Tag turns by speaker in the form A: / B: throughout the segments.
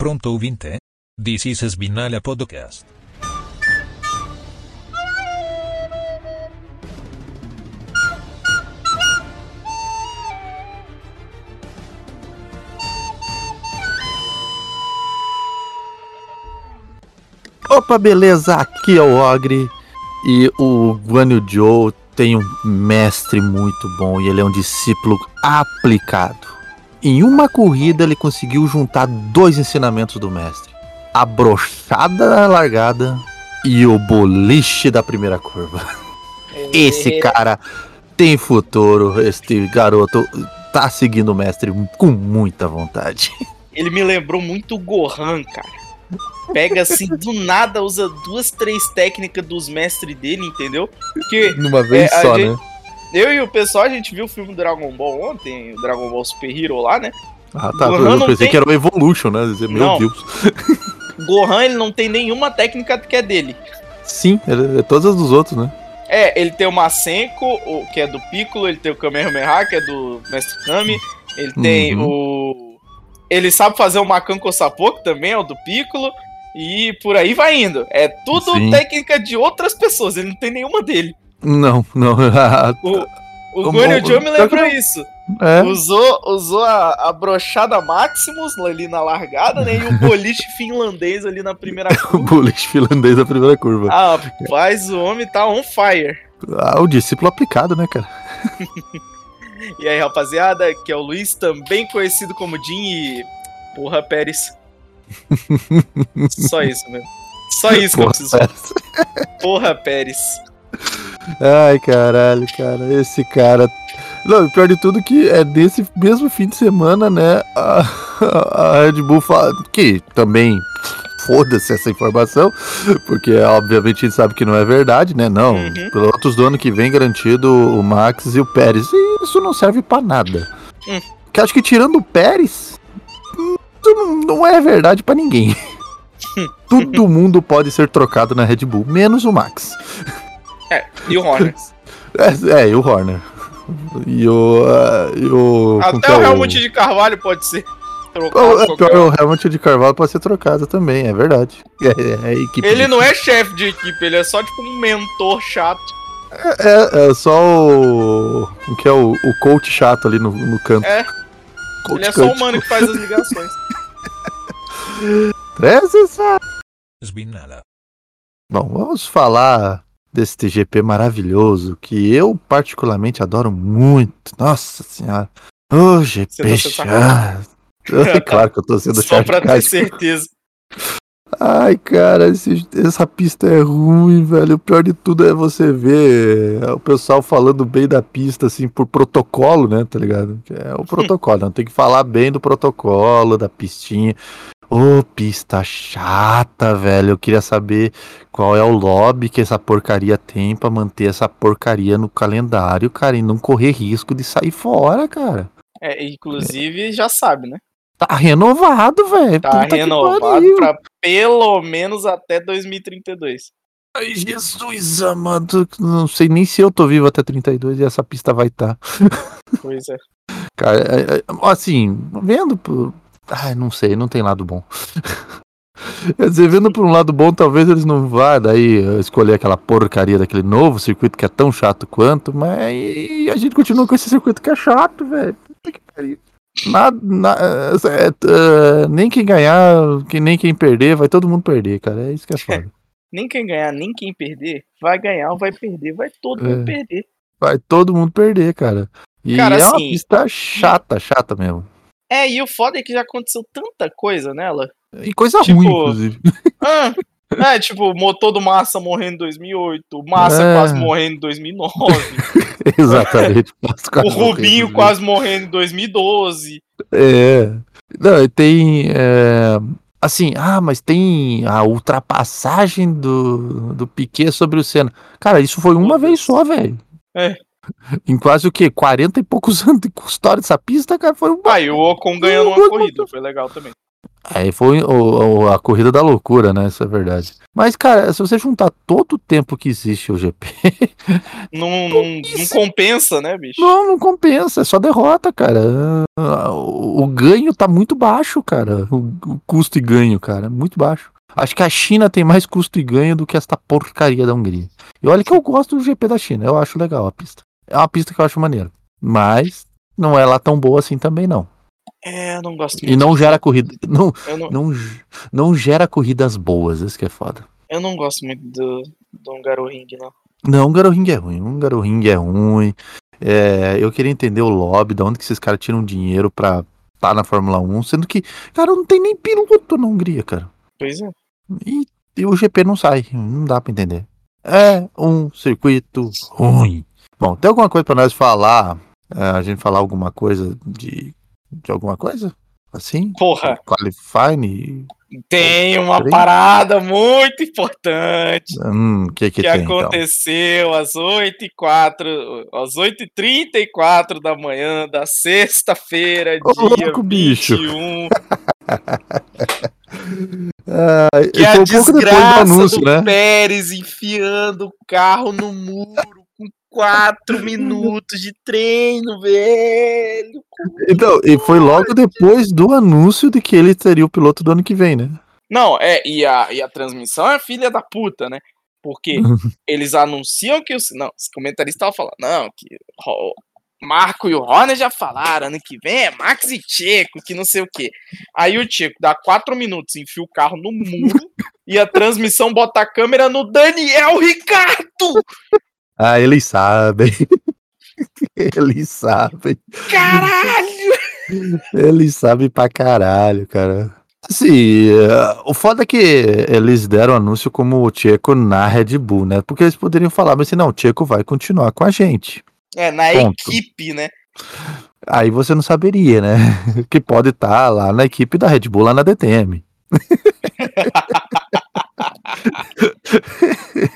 A: Pronto ouvinte? This is Sbinala Podcast.
B: Opa, beleza? Aqui é o Ogre e o Guan Yu Zhou tem um mestre muito bom e ele é um discípulo aplicado. Em uma corrida ele conseguiu juntar dois ensinamentos do mestre: a brochada da largada e o boliche da primeira curva.
C: É.
B: Esse cara tem futuro, este garoto tá seguindo o mestre com muita vontade.
C: Ele me lembrou muito o Gohan, cara. Pega assim, do nada, usa duas, três técnicas dos mestres dele, entendeu? Porque
B: Numa vez
C: É, a
B: só,
C: gente-
B: né?
C: eu e o pessoal, a gente viu o filme Dragon Ball ontem, o Dragon Ball Super Hero lá, né?
B: Ah, tá.
C: Gohan
B: Eu
C: não
B: pensei
C: tem-
B: que era o Evolution, né? Meu
C: Não.
B: Deus.
C: Gohan, ele não tem nenhuma técnica que é dele.
B: Sim, ele- é todas as dos outros, né?
C: É, ele tem o Masenko, o- que é do Piccolo, ele tem o Kamehameha, que é do Mestre Kami, ele tem
B: Uhum.
C: o... Ele sabe fazer o Makanko Sapo, que também é o do Piccolo, e por aí vai indo. É tudo
B: Sim.
C: técnica de outras pessoas, ele não tem nenhuma dele.
B: Não, não.
C: O, o
B: Como-
C: Goryeo Joe me
B: Pior que
C: lembrou isso.
B: é,
C: Usou, usou a, a brochada Maximus ali na largada, né, e o boliche finlandês ali na primeira
B: o
C: curva.
B: bullish finlandês da primeira curva.
C: Ah, rapaz, o homem tá on fire.
B: Ah, o discípulo aplicado, né, cara?
C: E aí, rapaziada, aqui é o Luiz, também conhecido como Jim e. Porra, Pérez. Só isso mesmo. Só isso que
B: Porra,
C: eu preciso. Porra, Pérez.
B: Ai, caralho, cara. Esse cara. Não, pior de tudo que é desse mesmo fim de semana, né? A, a Red Bull fala. Que também. Foda-se essa informação, porque obviamente a gente sabe que não é verdade, né? Não.
C: Uhum.
B: Pilotos do ano que vem garantido o Max e o Pérez. E isso não serve pra nada.
C: Hum.
B: Que acho que tirando o Pérez, hum, isso não- não é verdade pra ninguém. Todo mundo pode ser trocado na Red Bull, menos o Max.
C: E o Hornets.
B: É, é, e o Horner. E o. ah, e o como que
C: Até
B: é
C: o Helmut de Carvalho pode ser trocado.
B: O, é,
C: qualquer um.
B: pior, o Helmut de Carvalho pode ser trocado também, é verdade. É, é, é a equipe
C: Ele
B: de-
C: não é chefe de equipe, ele é só tipo um mentor chato.
B: é, é só o. O que é o, o coach chato ali no, no canto.
C: É.
B: Coach
C: ele é só
B: canto.
C: o mano que faz as ligações.
B: É, você sabe.
A: Sbinala.
B: Bom, vamos falar desse TGP maravilhoso que eu particularmente adoro muito. Nossa senhora. Ô,
C: Você tá
B: GP
C: sendo
B: chato. É claro que eu tô sendo
C: só pra ter
B: sarcástico.
C: certeza.
B: Ai, cara, esse- essa pista é ruim, velho. O pior de tudo é você ver é, o pessoal falando bem da pista, assim, por protocolo, né? Tá ligado? É o protocolo, não tem que falar bem do protocolo, da pistinha. Ô, pista chata, velho. Eu queria saber qual é o lobby que essa porcaria tem pra manter essa porcaria no calendário, cara, e não correr risco de sair fora, cara.
C: É, inclusive, já sabe, né?
B: Tá renovado, velho.
C: Tá
B: Puta que
C: renovado
B: pariu.
C: pra pelo menos até 2032.
B: Ai, Jesus amado, não sei nem se eu tô vivo até 32 e essa pista vai estar.
C: Pois é.
B: Cara, é- é- assim, vendo por. Ai, não sei, não tem lado bom. Quer dizer, vendo por um lado bom, talvez eles não vá daí eh, escolher aquela porcaria daquele novo circuito que é tão chato quanto, mas a gente continua com esse circuito que é chato, velho. Puta que pariu. Nada, na- é, é, nem quem ganhar, que nem quem perder, vai todo mundo perder, cara. É isso que é foda.
C: Nem quem ganhar, nem quem perder, vai ganhar ou vai perder, vai todo mundo
B: É.
C: perder.
B: Vai todo mundo perder, cara. E
C: Cara,
B: é uma
C: assim,
B: pista chata, chata mesmo.
C: É, e o foda é que já aconteceu tanta coisa nela.
B: E coisa
C: Tipo,
B: ruim, inclusive.
C: Ah, é, tipo, o motor do Massa morrendo em 2008, o Massa
B: É.
C: quase morrendo em 2009,
B: Exatamente. Nossa,
C: o
B: quase não tem
C: Rubinho
B: inclusive.
C: quase morrendo em 2012.
B: É. Não, e tem. é, Assim, ah, mas tem a ultrapassagem do, do Piquet sobre o Senna. Cara, isso foi uma
C: Meu
B: vez
C: Deus.
B: só, velho.
C: É.
B: Em quase o quê? 40 e poucos anos de história dessa pista, cara. Foi um uma.
C: Aí o Ocon ganhando uma corrida, foi legal também.
B: Aí foi o- o- a corrida da loucura, né? Isso é verdade. Mas, cara, se você juntar todo o tempo que existe o GP,
C: Não, não, não compensa, né, bicho?
B: não, não compensa, é só derrota, cara. Ah, O, o ganho tá muito baixo, cara. O, o custo e ganho, cara, muito baixo. Acho que a China tem mais custo e ganho do que esta porcaria da Hungria. E olha que eu gosto do GP da China, eu acho legal a pista. É uma pista que eu acho maneira. Mas não é lá tão boa assim também, não.
C: É, eu não gosto
B: E não gera corrida. Não,
C: Eu não,
B: não, g- não gera corridas boas, isso que é foda.
C: eu não gosto muito do, do Hungaroring, não.
B: Não, o Garoring é ruim, o Garoring é ruim. É, eu queria entender o lobby, da onde que esses caras tiram dinheiro pra tá na Fórmula 1, sendo que, cara, não tem nem piloto na Hungria, cara.
C: Pois é.
B: E, e o GP não sai, não dá pra entender. É um circuito ruim. Bom, tem alguma coisa pra nós falar? É, a gente falar alguma coisa de, de alguma coisa? Assim?
C: Porra,
B: Qualifying?
C: tem uma
B: Peraí.
C: parada muito importante
B: Hum, o que que,
C: que
B: tem, então?
C: aconteceu às 8 e 4, às 8 e 34 da manhã da sexta-feira,
B: Ô,
C: dia
B: louco, bicho.
C: 21, que é
B: E
C: a
B: foi um pouco depois do
C: desgraça
B: anúncio,
C: do
B: né?
C: Pérez enfiando o carro no muro com 4 minutos de treino, velho.
B: Então, e foi logo depois do anúncio de que ele seria o piloto do ano que vem, né?
C: Não, é, e a, e a transmissão é filha da puta, né? Porque eles anunciam que os. Não, os comentaristas estavam falando, não, que o Marco e o Horner já falaram, ano que vem é Max e Checo, que não sei o quê. Aí o Checo dá quatro minutos, enfia o carro no muro e a transmissão bota a câmera no Daniel Ricardo!
B: Ah, eles sabem. eles sabem.
C: Caralho!
B: Eles sabem pra caralho, cara. Assim, eh, o foda é que eles deram anúncio como o Tcheco na Red Bull, né? Porque eles poderiam falar, mas assim, não, o Tcheco vai continuar com a gente.
C: É, na
B: Ponto.
C: equipe, né?
B: Aí você não saberia, né? Que pode estar lá na equipe da Red Bull, lá na DTM.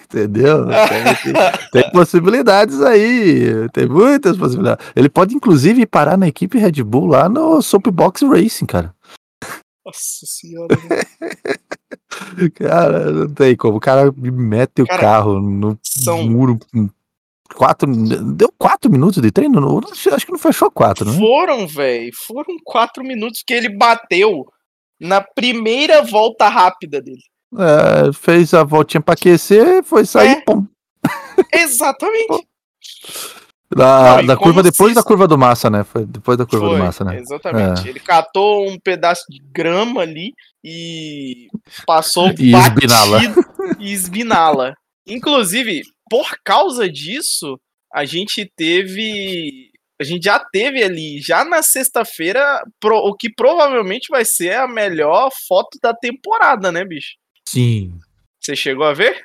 B: Entendeu? Tem, tem- tem possibilidades aí. Tem muitas possibilidades. Ele pode, inclusive, ir parar na equipe Red Bull lá no Soapbox Racing, cara.
C: Nossa senhora. velho.
B: Cara, não tem como. O cara mete o
C: Cara,
B: carro no
C: são-
B: muro. com Quatro, deu quatro minutos de treino? Não- Acho que não fechou quatro, né?
C: Foram, velho. Foram quatro minutos que ele bateu na primeira volta rápida dele.
B: É, fez a voltinha pra aquecer, foi sair
C: É.
B: pum,
C: Exatamente.
B: da,
C: Não, e
B: da
C: como
B: curva depois
C: se-
B: da curva do massa, né? Foi depois da curva
C: Foi,
B: do massa, né?
C: Exatamente. Ele catou um pedaço de grama ali e passou
B: E esbinala.
C: batido e esbinala. Inclusive, por causa disso, a gente teve. A gente já teve ali, já na sexta-feira, pro- o que provavelmente vai ser a melhor foto da temporada, né, bicho?
B: Sim.
C: Você chegou a ver?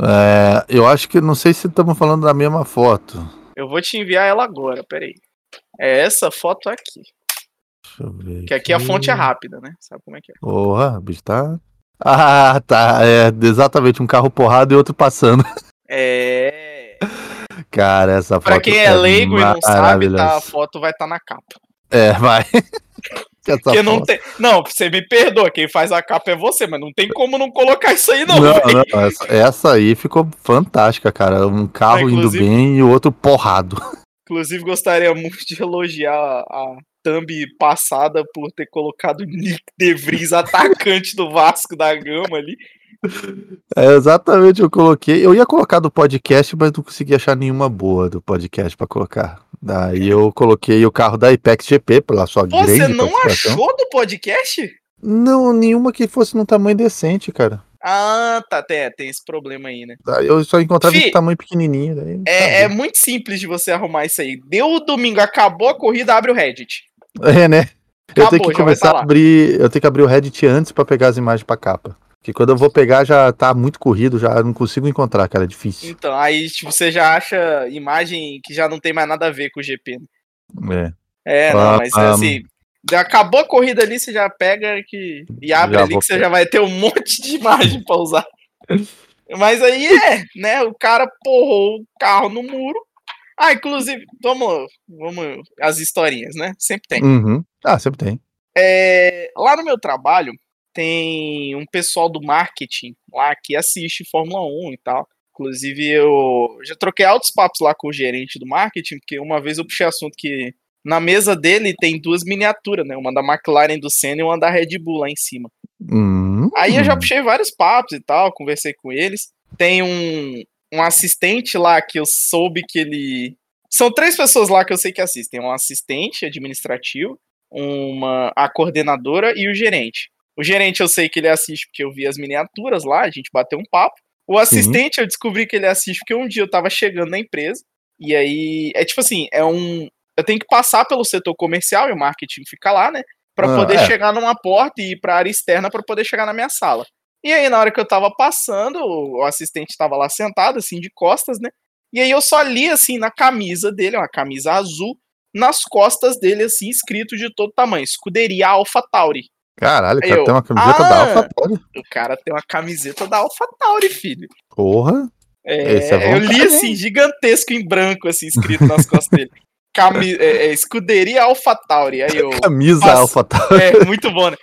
B: É, eu acho que não sei se estamos falando da mesma foto.
C: Eu vou te enviar ela agora, peraí. É essa foto aqui.
B: Deixa eu ver.
C: Que aqui a fonte é rápida, né? Sabe como é que é?
B: Porra, bicho, tá. Ah, tá. É exatamente um carro porrado e outro passando.
C: É.
B: Cara, essa foto.
C: Pra quem é leigo e não sabe, tá, a
B: maravilhosa.
C: foto vai estar na capa.
B: É, vai. Essa
C: Porque não
B: foto-
C: tem. Não, você me perdoa, quem faz a capa é você, mas não tem como não colocar isso aí, não.
B: Não,
C: velho.
B: não, essa, essa aí ficou fantástica, cara. Um carro indo
C: inclusive-
B: bem e o outro porrado.
C: Inclusive, gostaria muito de elogiar a, a thumb passada por ter colocado Nick De Vries, atacante do Vasco da Gama ali.
B: É exatamente, eu coloquei. Eu ia colocar do podcast, mas não consegui achar nenhuma boa do podcast pra colocar. Daí eu coloquei o carro da Apex GP pela sua
C: Pô, você
B: grande
C: não
B: participação.
C: achou do podcast?
B: Não, nenhuma que fosse num tamanho decente, cara.
C: Ah, tá, tem, tem esse problema aí, né?
B: Daí eu só encontrava
C: Fi,
B: esse tamanho pequenininho. Daí,
C: É, é
B: tá
C: muito simples de você arrumar isso aí. Deu o domingo, acabou a corrida, abre o Reddit.
B: bom. É, né? eu tenho
C: Acabou,
B: que
C: já vai
B: começar
C: tá
B: a
C: lá.
B: abrir. Eu tenho que abrir o Reddit antes pra pegar as imagens pra capa. Porque quando eu vou pegar já tá muito corrido, já não consigo encontrar, cara. É difícil.
C: Então, aí tipo, você já acha imagem que já não tem mais nada a ver com o GP. né?
B: É.
C: É, não,
B: Ah,
C: mas é assim, já acabou a corrida ali, você já pega que, e abre
B: Já
C: ali
B: vou
C: que você já vai ter um monte de imagem pra usar. Mas aí é, né? O cara porrou o carro no muro. Ah, inclusive, vamos, vamos as historinhas, né? Sempre tem.
B: Uhum. Ah, sempre tem.
C: É, lá no meu trabalho tem um pessoal do marketing lá que assiste Fórmula 1 e tal. Inclusive, eu já troquei altos papos lá com o gerente do marketing, porque uma vez eu puxei assunto que na mesa dele tem duas miniaturas, né? Uma da McLaren do Senna e uma da Red Bull lá em cima.
B: Hum,
C: Aí eu já puxei vários papos e tal, conversei com eles. Tem um, um assistente lá que eu soube que ele. São três pessoas lá que eu sei que assistem: um assistente administrativo, uma a coordenadora e o gerente. O gerente eu sei que ele assiste porque eu vi as miniaturas lá, a gente bateu um papo. O assistente eu descobri que ele assiste porque um dia eu tava chegando na empresa. E aí, é tipo assim, é um. Eu tenho que passar pelo setor comercial e o marketing fica lá, né? Pra
B: Ah,
C: poder
B: é.
C: chegar numa porta e ir pra área externa pra poder chegar na minha sala. E aí, na hora que eu tava passando, o o assistente tava lá sentado, assim, de costas, né? E aí eu só li, assim, na camisa dele, uma camisa azul, nas costas dele, assim, escrito de todo tamanho: Escuderia Alpha Tauri.
B: Caralho, o
C: Aí
B: cara
C: eu,
B: tem uma camiseta da
C: ah!
B: Alfa, pode?
C: O cara tem uma camiseta da Alpha Tauri, filho.
B: Porra.
C: É,
B: Esse é bom
C: eu li
B: também.
C: assim, gigantesco em branco, assim, escrito nas costas dele. Cami é, é, escuderia Alpha Tauri. Aí eu.
B: Camisa
C: Nossa.
B: Alfa tá.
C: É, muito bom, né?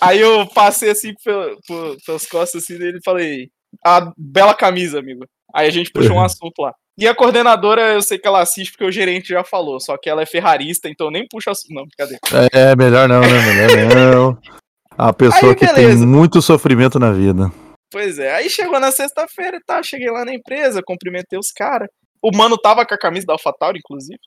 C: Aí eu passei assim pel- por- pelas costas assim dele e falei: Ah, bela camisa, amigo. Aí a gente puxou um assunto lá. E a coordenadora, eu sei que ela assiste porque o gerente já falou, só que ela é ferrarista, então nem puxa assunto. Não, brincadeira.
B: É, melhor não, né? Melhor não. A pessoa
C: Aí,
B: que tem
C: beleza.
B: muito sofrimento na vida.
C: Pois é, aí chegou na sexta-feira e tal, cheguei lá na empresa, cumprimentei os caras. O mano tava com a camisa da AlphaTauri, inclusive.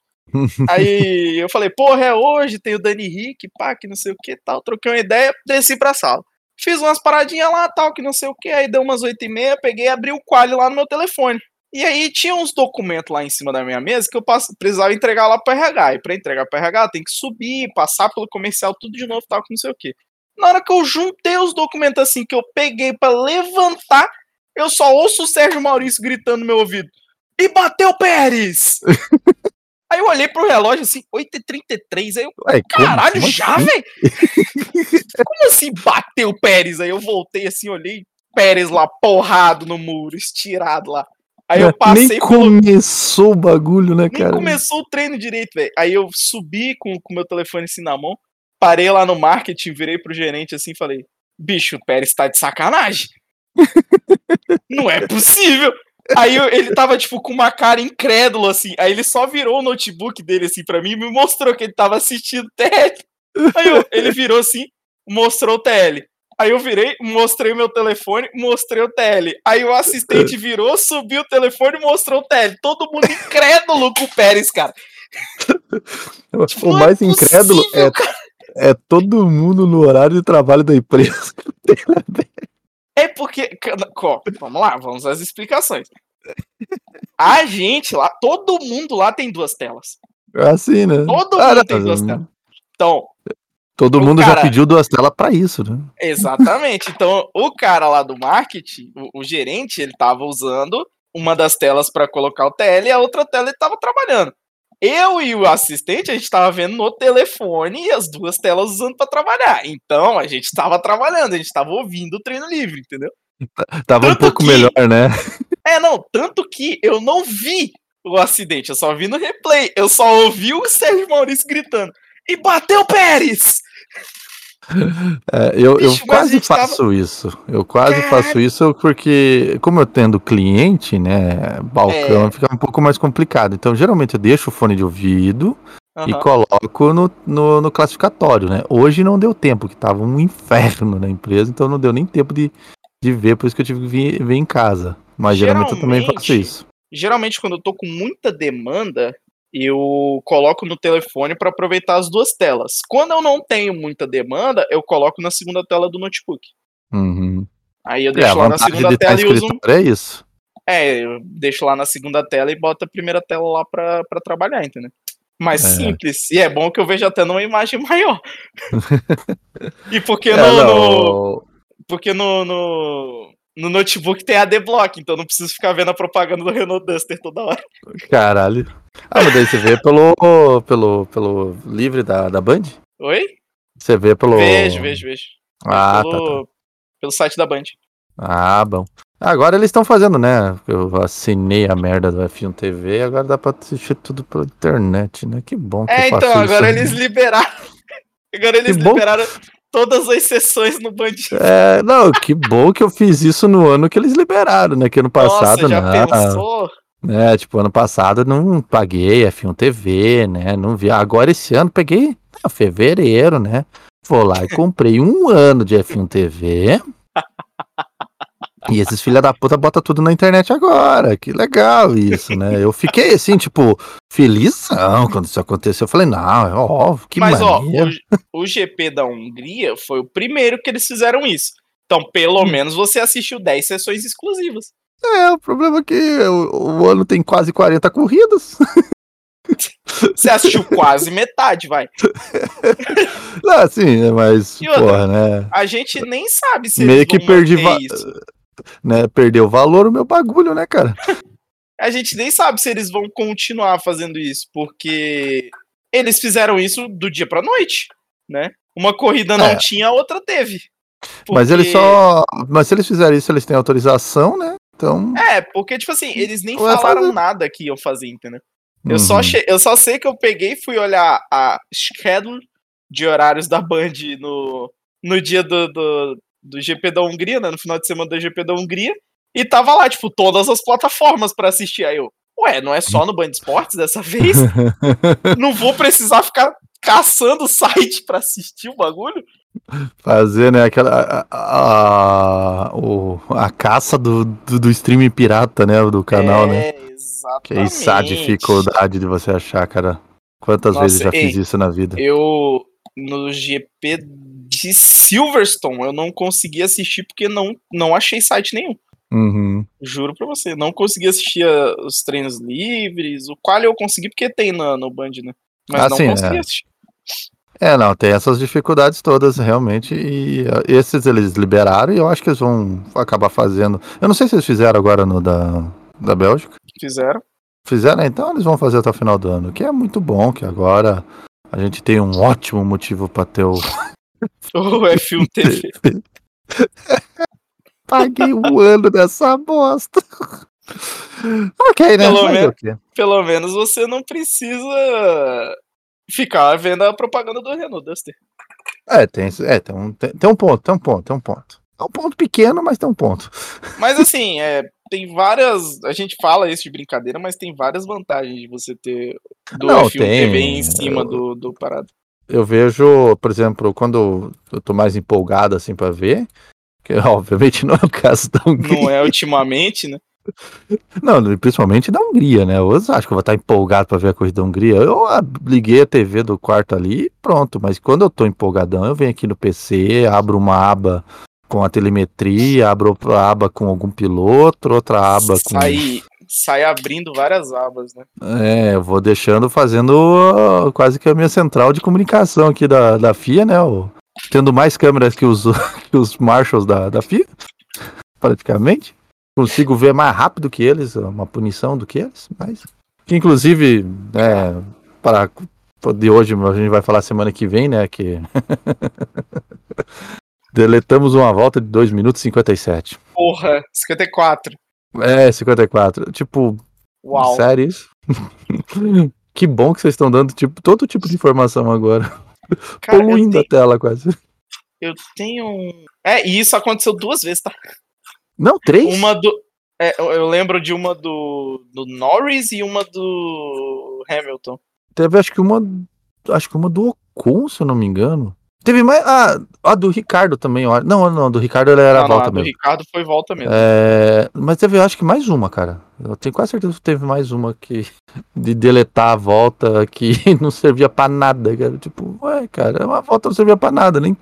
C: aí eu falei, porra, é hoje, tem o Dani Rick, pá, que não sei o que tal. Troquei uma ideia, desci pra sala. Fiz umas paradinhas lá, tal, que não sei o que. Aí deu umas oito e meia, peguei e abri o qualho lá no meu telefone. E aí tinha uns documentos lá em cima da minha mesa que eu pass- precisava entregar lá pro RH. E pra entregar pro RH, tem que subir, passar pelo comercial, tudo de novo, tal, que não sei o que. Na hora que eu juntei os documentos assim, que eu peguei pra levantar, eu só ouço o Sérgio Maurício gritando no meu ouvido. E bateu Pérez! aí eu olhei pro relógio assim, 8h33, aí eu,
B: Ué, como-
C: caralho,
B: como
C: já,
B: assim?
C: velho? Como assim bateu Pérez? Aí eu voltei assim, olhei, Pérez lá porrado no muro, estirado lá. Aí eu passei
B: Nem
C: pelo
B: começou o bagulho, né,
C: nem
B: cara?
C: começou o treino direito, velho. Aí eu subi com o meu telefone assim na mão, parei lá no marketing, virei pro gerente assim e falei: bicho, o Pérez tá de sacanagem. Não é possível. Aí eu- ele tava, tipo, com uma cara incrédula, assim. Aí ele só virou o notebook dele, assim, pra mim e me mostrou que ele tava assistindo TL. Aí eu- ele virou assim, mostrou o TL. Aí eu virei, mostrei o meu telefone, mostrei o TL. Aí o assistente
B: É.
C: virou, subiu o telefone e mostrou o TL. Todo mundo incrédulo com o Pérez, cara.
B: o
C: Não é
B: Tipo, mais incrédulo
C: possível,
B: é, é todo mundo no horário de trabalho da empresa.
C: É porque. cada- ó, Vamos lá, vamos às explicações. A gente lá, todo mundo lá tem duas telas.
B: Assim, né?
C: Todo
B: Ah,
C: mundo
B: não,
C: tem duas telas. Então,
B: Todo
C: O
B: mundo já
C: cara-
B: pediu duas telas pra isso, né?
C: exatamente. Então, o cara lá do marketing, o, o gerente, ele tava usando uma das telas para colocar o TL e a outra tela ele tava trabalhando. Eu e o assistente, a gente tava vendo no telefone e as duas telas usando para trabalhar. Então, a gente tava trabalhando, a gente tava ouvindo o treino livre, entendeu?
B: Tava um
C: Tanto
B: pouco
C: que-
B: melhor, né?
C: É, não, tanto que eu não vi o acidente, eu só vi no replay. Eu só ouvi o Sérgio Maurício gritando. E bateu o Pérez!
B: É, eu, eu
C: Bicho, mas a
B: quase
C: gente tava-
B: faço isso. Eu quase
C: Caralho.
B: faço isso porque, como eu tendo cliente, né? Balcão,
C: É.
B: fica um pouco mais complicado. Então, geralmente eu deixo o fone de ouvido e
C: Aham.
B: coloco no, no, no classificatório, né? Hoje não deu tempo, que tava um inferno na empresa, então não deu nem tempo de, de ver, por isso que eu tive que vir, vir em casa. Mas geralmente, eu também faço
C: Geralmente,
B: isso.
C: Geralmente, quando eu tô com muita demanda, eu coloco no telefone para aproveitar as duas telas. Quando eu não tenho muita demanda, eu coloco na segunda tela do notebook.
B: Uhum.
C: Aí
B: É,
C: eu
B: a
C: deixo lá na
B: vantagem de
C: segunda
B: estar
C: tela e uso um.
B: escritório é isso.
C: É, eu deixo lá na segunda tela e boto a primeira tela lá pra, pra trabalhar, entendeu? Mais
B: É.
C: simples. E é bom que eu vejo até numa imagem maior. e porque,
B: É,
C: no, no-
B: não,
C: porque no, no, no notebook tem AD Block, então não preciso ficar vendo a propaganda do Renault Duster toda hora.
B: Caralho. Ah, mas daí você vê pelo, pelo, pelo livre da, da Band?
C: Oi?
B: Você vê pelo.
C: Vejo, vejo, vejo.
B: Ah, tá, tá.
C: pelo, pelo site da Band.
B: Ah, bom. Agora eles estão fazendo, né? Eu assinei a merda do F1 TV, agora dá pra assistir tudo pela internet, né? Que bom que
C: É,
B: eu faço
C: então,
B: isso.
C: agora eles liberaram. Agora eles
B: Que bom.
C: liberaram todas as sessões no Bandinho.
B: É, não, que bom que eu fiz isso no ano que eles liberaram, né? Que ano passado
C: Nossa, já
B: não.
C: pensou?
B: né, tipo, ano passado eu não paguei F1 TV, né? Não vi. Agora esse ano peguei ah, fevereiro, né? Vou lá e comprei um ano de F1 TV. E esses filha da puta bota tudo na internet agora. Que legal isso, né? Eu fiquei assim, tipo, felizão quando isso aconteceu. Eu falei, não, é óbvio, que
C: Mas,
B: maneiro.
C: ó, o, o GP da Hungria foi o primeiro que eles fizeram isso. Então, pelo
B: Hum.
C: menos você assistiu 10 sessões exclusivas.
B: É, o problema é que o, o ano tem quase 40 corridas.
C: Você assistiu quase metade, vai.
B: Não, assim, é, mas,
C: E outra?
B: porra, né?
C: A gente nem sabe se
B: Meio
C: eles
B: que
C: vão
B: perdi
C: manter
B: va-
C: isso.
B: né? Perdeu o valor o meu bagulho, né, cara?
C: A gente nem sabe se eles vão continuar fazendo isso, porque eles fizeram isso do dia pra noite, né? Uma corrida não
B: É.
C: tinha, a outra teve.
B: Mas eles
C: Porque-
B: só. Mas se eles fizerem isso, eles têm autorização, né? Então.
C: É, porque, tipo assim, eles nem
B: Vai
C: falaram
B: fazer.
C: nada que iam fazer, entendeu? Eu,
B: uhum.
C: só che- eu só sei que eu peguei e fui olhar a schedule de horários da Band no, no dia do, do, do GP da Hungria, né? No final de semana do GP da Hungria. E tava lá, tipo, todas as plataformas pra assistir. Aí eu, ué, não é só no Band Esportes dessa vez? não vou precisar ficar caçando o site pra assistir o bagulho?
B: Fazer, né? Aquela. A, a, a- o, a caça do, do, do streaming pirata, né? Do canal, né?
C: é, exatamente.
B: Que isso é a dificuldade de você achar, cara. Quantas
C: Nossa,
B: vezes eu já
C: ei.
B: fiz isso na vida?
C: Eu, no GP de Silverstone, eu não consegui assistir porque não, não achei site nenhum.
B: Uhum.
C: Juro pra você, não consegui assistir a- os treinos livres. O qual eu consegui porque tem na, no Band, né? Mas
B: Ah,
C: não
B: sim,
C: consegui
B: é.
C: assistir.
B: É, não, tem essas dificuldades todas, realmente. E ah, esses eles liberaram e eu acho que eles vão acabar fazendo. Eu não sei se eles fizeram agora no da, da Bélgica.
C: Fizeram.
B: Fizeram, então eles vão fazer até o final do ano, o que é muito bom, que agora a gente tem um ótimo motivo pra ter o.
C: O F1 TV.
B: Paguei um ano dessa bosta. ok, né?
C: Pelo
B: Fazer
C: menos.
B: o quê?
C: Pelo menos você não precisa ficar vendo a propaganda do Renault Duster.
B: É, tem, esse- é tem, um, tem, tem um ponto, tem um ponto, tem um ponto. É um ponto pequeno, mas tem um ponto.
C: Mas assim, é, tem várias. A gente fala isso de brincadeira, mas tem várias vantagens de você ter do
B: Não,
C: F1 TV
B: tem.
C: em cima
B: Eu-
C: do, do parado.
B: Eu vejo, por exemplo, quando eu tô mais empolgado assim pra ver, que obviamente não é o caso da Hungria.
C: Não é ultimamente, né?
B: Não, principalmente da Hungria, né? Eu acho que eu vou estar empolgado pra ver a corrida da Hungria. Eu ah, liguei a TV do quarto ali e pronto. Mas quando eu tô empolgadão, eu venho aqui no PC, abro uma aba com a telemetria, abro outra aba com algum piloto, outra aba com.
C: Sai, sai abrindo várias abas, né?
B: É, eu vou deixando, fazendo ah, quase que a minha central de comunicação aqui da, da FIA, né? o- Tendo mais câmeras que os, que os marshals da, da FIA, praticamente. Consigo ver mais rápido que eles, uma punição do que eles, mas. Que inclusive, é, para de hoje, a gente vai falar semana que vem, né? Que. Deletamos uma volta de 2 minutos e 57.
C: Porra, 54.
B: É, 54. Tipo,
C: Uau.
B: Sério isso? que bom que vocês estão dando tipo, todo tipo de informação agora. é
C: Cara, eu
B: Poluindo
C: tenho,
B: a tela quase.
C: eu tenho um. É, e isso aconteceu duas vezes, tá?
B: Não, três?
C: Uma do. é, eu, eu lembro de uma do, do Norris e uma do Hamilton.
B: Teve acho que uma. Acho que uma do Ocon, se eu não me engano. Teve mais. Ah, a do Ricardo também, ó. Não, não, do Ricardo ela era
C: Não,
B: a
C: não,
B: volta
C: a do
B: mesmo.
C: Ricardo foi volta mesmo.
B: É, mas teve acho que mais uma, cara. Eu tenho quase certeza que teve mais uma que. De deletar a volta que não servia pra nada, cara. Tipo, ué, cara, uma volta não servia pra nada, nem.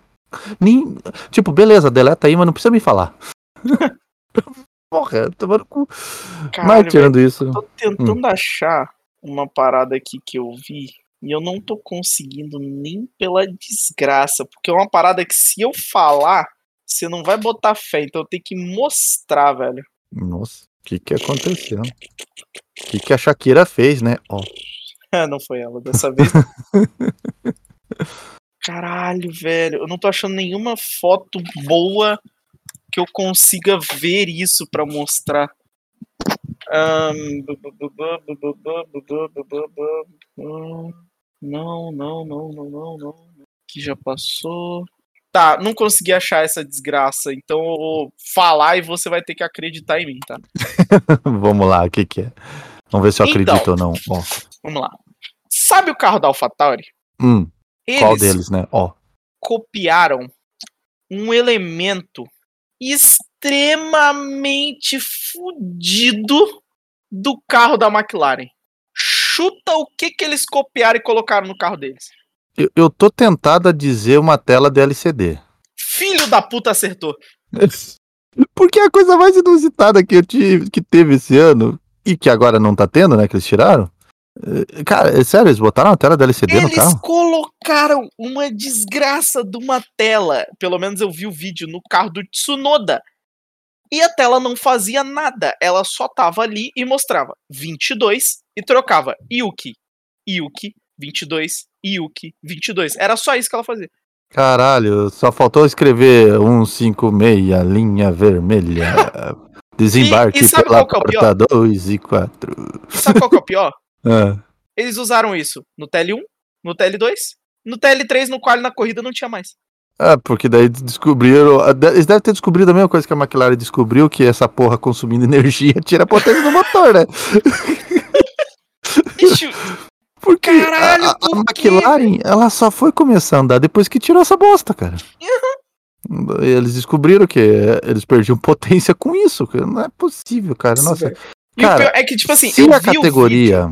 B: nem tipo, beleza, deleta aí, mas não precisa me falar. Porra, tomando cu.
C: Caralho,
B: mas tirando isso.
C: Tô tentando achar uma parada aqui que eu vi e eu não tô conseguindo nem pela desgraça, porque é uma parada que se eu falar, você não vai botar fé, então eu tenho que mostrar, velho.
B: Nossa, o que que aconteceu? O que que a Shakira fez, né? Ó,
C: Ah, não foi ela dessa vez. Caralho, velho, eu não tô achando nenhuma foto boa que eu consiga ver isso pra mostrar. Ahn, bu- bu- bu- bu- bu- bu- bu- bu- bu- bu- bu- bu- bu- Não, não, não, não, não, não. aqui já passou. Tá, não consegui achar essa desgraça, então eu vou falar e você vai ter que acreditar em mim, tá?
B: Vamos lá, o que que é? Vamos ver se eu
C: Então.
B: acredito ou não. Ó,
C: Vamos lá. Sabe o carro da AlphaTauri?
B: hum,
C: Eles
B: qual deles, né? Ó,
C: copiaram um elemento extremamente fudido do carro da McLaren. Chuta o que que eles copiaram e colocaram no carro deles.
B: eu, eu tô tentado a dizer uma tela de LCD.
C: Filho da puta acertou.
B: Porque é a coisa mais inusitada que eu tive, que teve esse ano e que agora não tá tendo, né? Que eles tiraram. Eh, Cara, é sério, eles botaram a tela da LCD no
C: Eles
B: carro?
C: colocaram uma desgraça de uma tela. Pelo menos eu vi o vídeo no carro do Tsunoda. E a tela não fazia nada. Ela só tava ali e mostrava 22 e trocava Yuki, Yuki, 22, Yuki, 22. Era só isso que ela fazia.
B: Caralho, só faltou escrever 156, linha vermelha. Desembarque
C: E- e sabe
B: pela
C: qual que é o
B: porta 2 e 4.
C: E sabe qual que é o pior? Eles usaram isso no TL1, no TL2, no TL3, no qual na corrida não tinha mais.
B: Ah, porque daí descobriram. ah, de- Eles devem ter descobrido a mesma coisa que a McLaren descobriu, que essa porra consumindo energia tira a potência do motor, né?
C: Bicho,
B: Porque a-
C: Caralho,
B: a, a
C: por quê,
B: McLaren, ela só foi começar a andar depois que tirou essa bosta, cara.
C: Uhum.
B: Eles descobriram que eh, eles perdiam potência com isso, cara. Não é possível, cara. Nossa,
C: e o
B: Cara,
C: pior é que, tipo assim,
B: se
C: eu
B: a
C: vi o
B: categoria.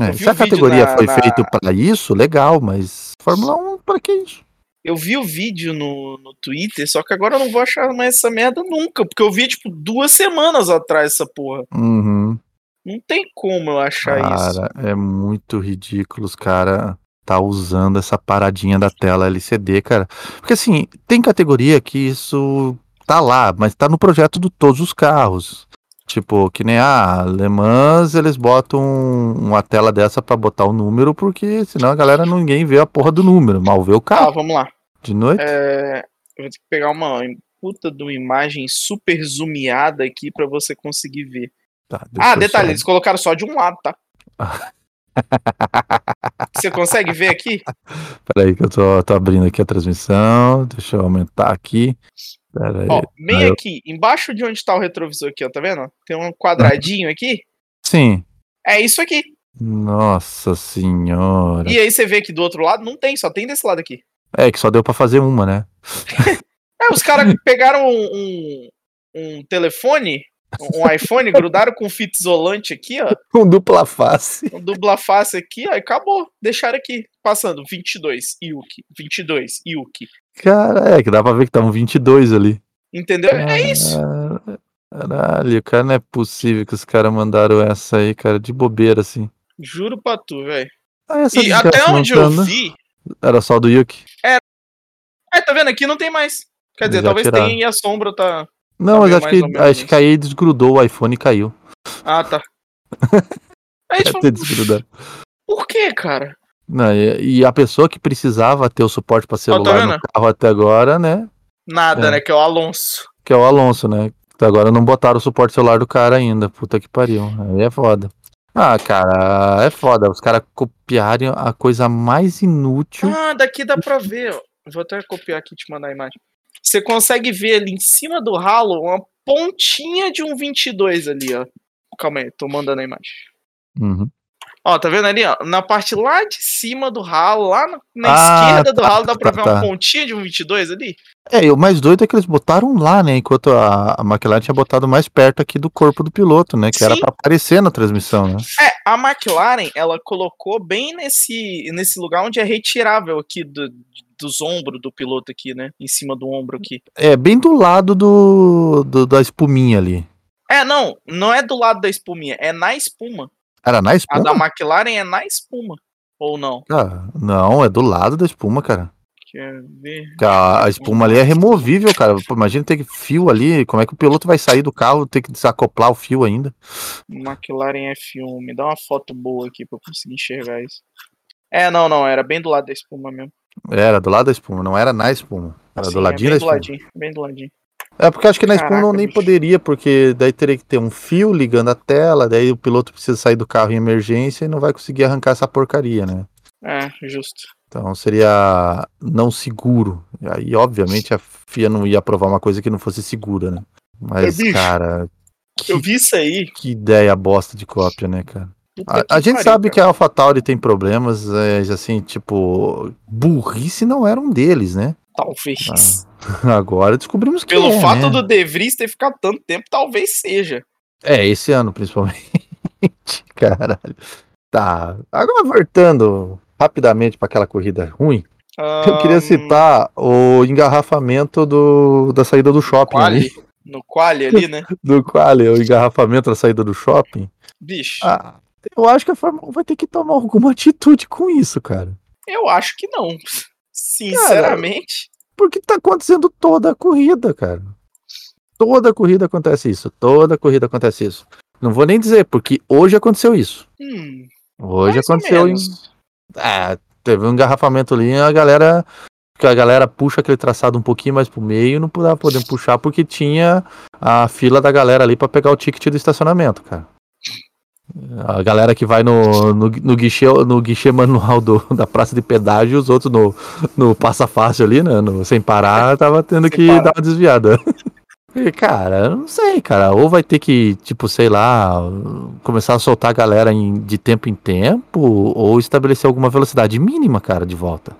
B: É,
C: Eu vi
B: se
C: o
B: a
C: vídeo
B: categoria
C: na-
B: foi
C: na-
B: feita pra isso, legal, mas Fórmula 1, pra que isso?
C: Eu vi o vídeo no, no Twitter, só que agora eu não vou achar mais essa merda nunca, porque eu vi, tipo, duas semanas atrás essa porra.
B: Uhum.
C: Não tem como eu achar isso.
B: Cara, é muito ridículo os cara tá usando essa paradinha da tela LCD, cara. Porque assim, tem categoria que isso tá lá, mas tá no projeto de todos os carros. Tipo, que nem a Le Mans, eles botam um, uma tela dessa pra botar o número, porque senão a galera ninguém vê a porra do número, mal vê o
C: Tá,
B: carro
C: vamos lá.
B: de noite.
C: É, eu vou ter que pegar uma puta de uma imagem super zoomeada aqui pra você conseguir ver.
B: Tá,
C: ah,
B: deixa eu
C: detalhe,
B: só-
C: eles colocaram só de um lado, tá? você consegue ver aqui?
B: Peraí que eu tô, tô abrindo aqui a transmissão, deixa eu aumentar aqui. Peraí.
C: Ó, bem
B: Ah, eu-
C: aqui, embaixo de onde tá o retrovisor aqui, ó, tá vendo? Tem um quadradinho aqui.
B: Sim.
C: É isso aqui.
B: Nossa senhora.
C: E aí você vê que do outro lado não tem, só tem desse lado aqui.
B: É que só deu pra fazer uma, né?
C: É, os caras pegaram um, um, um telefone, um iPhone, grudaram com fita isolante aqui, ó.
B: Com Um dupla face.
C: Um dupla face aqui, ó, e acabou. Deixaram aqui, passando 22, Yuki, 22, Yuki.
B: Cara, é que dá pra ver que tá um 22 ali.
C: Entendeu?
B: Ah.
C: É isso.
B: Cara- Caralho, cara, não é possível que os caras mandaram essa aí, cara, de bobeira, assim.
C: Juro pra tu, velho.
B: Ah, essa
C: E
B: desgraça
C: até
B: não
C: onde
B: tá,
C: eu
B: né?
C: vi.
B: Era só do Yuki?
C: É, tá vendo? Aqui não tem mais. Quer dizer,
B: Já
C: talvez
B: tiraram.
C: tenha e a sombra tá.
B: Não, mas
C: Sabia
B: acho
C: mais
B: que,
C: ou menos
B: acho que aí desgrudou o iPhone e caiu.
C: Ah, tá. Aí,
B: Deve
C: tipo,
B: ter desgrudado.
C: por que, cara?
B: Não, e, e a pessoa que precisava ter o suporte pra celular no
C: tá vendo?
B: carro até agora, né?
C: Nada,
B: É.
C: né? Que é o Alonso.
B: Que é o Alonso, né? Até agora não botaram o suporte celular do cara ainda. Puta que pariu. Aí é foda. Ah, cara, é foda. Os caras copiarem a coisa mais inútil.
C: Ah, daqui dá pra ver. ó. Vou até copiar aqui e te mandar a imagem. Você consegue ver ali em cima do ralo uma pontinha de um 22 ali, ó. Calma aí, tô mandando a imagem.
B: Uhum.
C: Ó, tá vendo ali, ó? Na parte lá de cima do ralo, lá na, na
B: Ah,
C: esquerda do
B: tá,
C: ralo, dá pra
B: tá,
C: ver uma
B: tá.
C: pontinha de um 22 ali?
B: É, e o mais doido é que eles botaram lá, né? Enquanto a, a McLaren tinha botado mais perto aqui do corpo do piloto, né? Que era
C: Sim.
B: pra aparecer na transmissão, né?
C: É, a McLaren, ela colocou bem nesse, nesse lugar onde é retirável aqui do, dos ombros do piloto aqui, né? Em cima do ombro aqui.
B: É, bem do lado do, do- da espuminha ali.
C: É, não, não é do lado da espuminha, é na espuma.
B: Era na
C: A da
B: espuma?
C: McLaren é na espuma. Ou não?
B: Ah, não, é do lado da espuma, cara.
C: Quer ver?
B: Que A, a espuma ali é removível, cara. Pô, imagina ter que fio ali. Como é que o piloto vai sair do carro, ter que desacoplar o fio ainda?
C: McLaren F1. Me dá uma foto boa aqui pra eu conseguir enxergar isso. É, não, não. Era bem do lado da espuma mesmo.
B: Era do lado da espuma, não era na espuma. Era
C: Assim,
B: do
C: é
B: ladinho da
C: bem do
B: espuma.
C: ladinho. Bem do ladinho.
B: É porque eu acho que na espuma não
C: Caraca,
B: nem
C: bicho.
B: poderia, porque daí teria que ter um fio ligando a tela, daí o piloto precisa sair do carro em emergência e não vai conseguir arrancar essa porcaria, né?
C: É, justo.
B: Então seria não seguro. E aí, obviamente, a FIA não ia aprovar uma coisa que não fosse segura, né? Mas,
C: É, bicho.
B: cara,
C: Eu vi isso aí.
B: que ideia bosta de cópia, né, cara?
C: Puta
B: A,
C: que
B: a gente
C: pariu,
B: sabe
C: cara.
B: que é a AlphaTauri tem problemas, é, assim, tipo, burrice não era um deles, né?
C: Talvez.
B: Agora descobrimos que
C: Pelo
B: Ah. é,
C: fato
B: né?
C: do De Vries ter ficado tanto tempo, talvez seja.
B: É, esse ano principalmente. Caralho. Tá. Agora voltando rapidamente para aquela corrida ruim, eu queria
C: Ahn,
B: citar o engarrafamento do, da saída do shopping ali.
C: Quali, no quali ali, né?
B: Do quali, o engarrafamento da saída do shopping.
C: Bicho,
B: Ah, eu acho que a Fórmula 1 vai ter que tomar alguma atitude com isso, cara.
C: eu acho que não. Sinceramente.
B: Porque tá acontecendo toda a corrida, cara. Toda corrida acontece isso. Toda corrida acontece isso. Não vou nem dizer, porque hoje aconteceu isso.
C: hum,
B: Hoje
C: mais ou
B: aconteceu em
C: menos.
B: Ah, teve um engarrafamento ali, a galera. que A galera puxa aquele traçado um pouquinho mais pro meio, não tava podendo puxar porque tinha a fila da galera ali pra pegar o ticket do estacionamento, cara. A galera que vai no, no, no guichê, no guichê manual do- da praça de pedágio, os outros no, no passa fácil ali, né? no- sem parar, tava tendo
C: Sem
B: que
C: parar.
B: dar uma desviada. E, cara, eu não sei, cara. Ou vai ter que, tipo, sei lá, começar a soltar a galera em- de tempo em tempo, ou estabelecer alguma velocidade mínima, cara, de volta.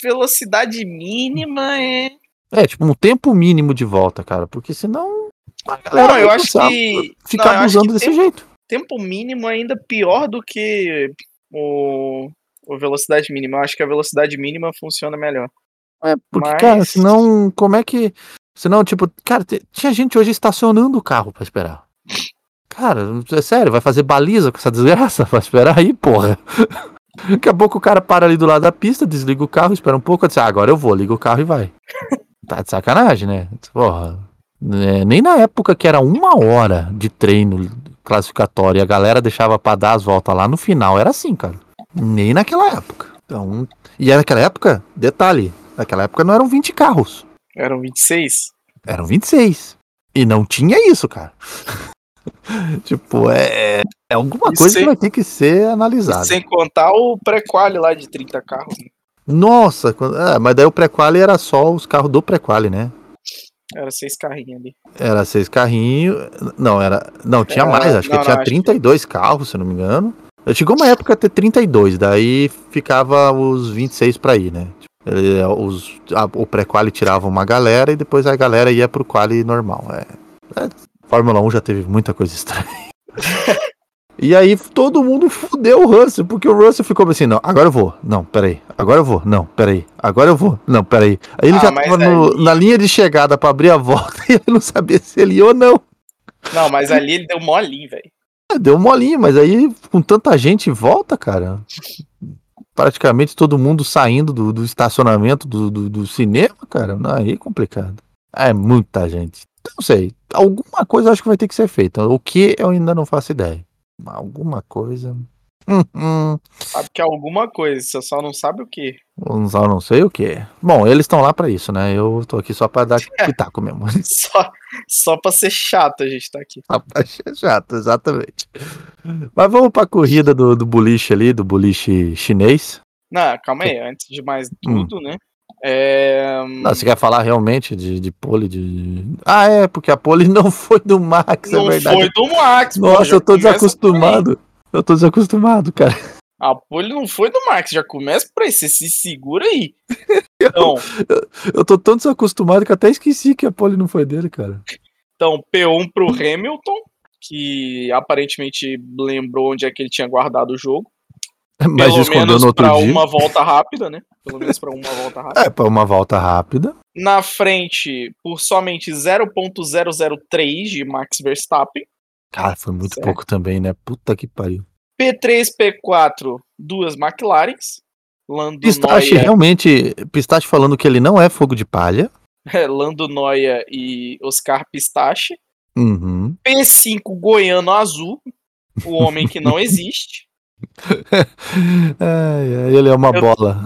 C: Velocidade mínima é.
B: É, tipo, um tempo mínimo de volta, cara, porque senão a galera
C: Não,
B: vai
C: eu acho
B: começar a
C: que.
B: ficar
C: não, eu acho
B: abusando
C: que
B: desse
C: tempo-
B: jeito.
C: Tempo mínimo é ainda pior do que o, o velocidade mínima. Eu acho que a velocidade mínima funciona melhor.
B: É, porque,
C: Mas-
B: cara, senão, como é que. Senão, tipo, cara, te- tinha gente hoje estacionando o carro pra esperar. Cara, é sério, vai fazer baliza com essa desgraça? Vai esperar aí, porra. Daqui a pouco o cara para ali do lado da pista, desliga o carro, espera um pouco, diz, ah, agora eu vou, liga o carro e vai. Tá de sacanagem, né? Porra. né, nem na época que era uma hora de treino classificatório e a galera deixava pra dar as voltas lá no final, era assim, cara. Nem naquela época. Então, e era naquela época, detalhe, Naquela época não eram 20 carros,
C: Eram 26?
B: eram 26. E não tinha isso, cara. tipo, é, é alguma
C: E
B: coisa
C: sem-
B: que vai ter que ser analisada.
C: Sem contar o pré-quali lá de 30 carros. né?
B: Nossa, quando- ah, mas daí o pré-quali era só os carros do pré-quali, né?
C: Era seis carrinhos ali.
B: Era seis carrinhos. Não, era. Não, tinha
C: Era-
B: mais, acho
C: É, não,
B: que
C: não,
B: tinha
C: acho que-
B: 32 carros, se eu não me engano. Chegou uma época a ter 32, daí ficava os 26 pra ir, né? Tipo, eh, os, a- o pré-quali tirava uma galera e depois a galera ia pro quali normal. É, é, Fórmula 1 já teve muita coisa estranha. e aí todo mundo fudeu o Russell, porque o Russell ficou assim, não, agora eu vou. Não, peraí. Agora eu vou. Não, peraí. Agora eu vou. Não, peraí. Aí ele
C: Ah,
B: já
C: mas
B: tava no-
C: aí-
B: na linha de chegada pra abrir a volta e ele não sabia se ele ia ou não.
C: Não, mas ali ele deu molinho, velho.
B: É, Deu molinho, mas aí com tanta gente em volta, cara. Praticamente todo mundo saindo do, do estacionamento do, do, do cinema, cara. não, Aí é complicado. É muita gente. Então, Não sei. Alguma coisa eu acho que vai ter que ser feita. O que eu ainda não faço ideia. Mas Alguma coisa. Hum, hum.
C: Sabe que é alguma coisa, você só não sabe o que.
B: Eu só não sei o que. Bom, eles estão lá pra isso, né? Eu tô aqui só pra dar pitaco mesmo.
C: Só, só pra ser chato a gente tá aqui.
B: Rapaz, é chato, exatamente. Mas vamos pra corrida do, do boliche ali, do boliche chinês.
C: Não, calma aí, antes de mais
B: Hum.
C: tudo, né? É,
B: Não, você quer falar realmente de, de pole? De... Ah, é, porque a pole não foi do Max,
C: não
B: é verdade.
C: foi do Max. pô,
B: Nossa,
C: já
B: eu tô
C: começa por aí.
B: desacostumado. Eu tô desacostumado, cara.
C: A pole Ah, não foi do Max, já começa por aí, você se segura aí. Então,
B: Eu tô tão desacostumado que até esqueci que a pole não foi dele, cara.
C: então P1 pro Hamilton, que aparentemente lembrou onde é que ele tinha guardado o jogo.
B: Mas
C: Pelo
B: escondeu
C: menos
B: no outro
C: pra
B: dia.
C: uma volta rápida, né? Pelo menos pra uma volta rápida.
B: É, pra uma volta rápida.
C: Na frente, por somente 0.003 de Max Verstappen.
B: Cara, foi muito
C: Certo.
B: pouco também, né? Puta que pariu.
C: P3, P4, duas McLarens. Lando
B: Pistache,
C: Noia,
B: realmente, Pistache falando que ele não é fogo de palha.
C: é, Lando Noia e Oscar Pistache.
B: Uhum.
C: P5, Goiano Azul, o homem que não existe.
B: É, é, ele é uma
C: Eu-
B: bola.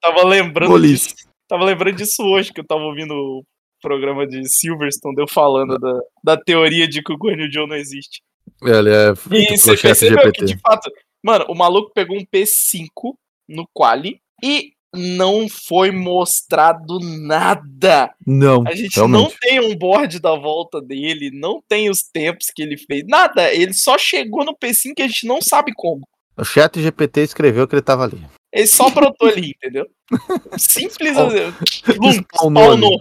C: Tava lembrando
B: Boliche.
C: disso, tava lembrando disso hoje, que eu tava ouvindo o programa de Silverstone, deu falando da, da teoria de que o Guanyu Joe não existe.
B: Ele é
C: tipo, E você percebeu que, de fato, mano, o maluco pegou um P5 no quali E não foi mostrado nada.
B: Não,
C: A gente não
B: realmente.
C: tem um board da volta dele, não tem os tempos que ele fez, nada. Ele só chegou no P5 que a gente não sabe como.
B: O chat GPT escreveu que ele tava ali.
C: Ele só brotou ali, entendeu? Simples
B: Spawn-
C: assim. Lum,
B: spawnou ali.
C: spawnou.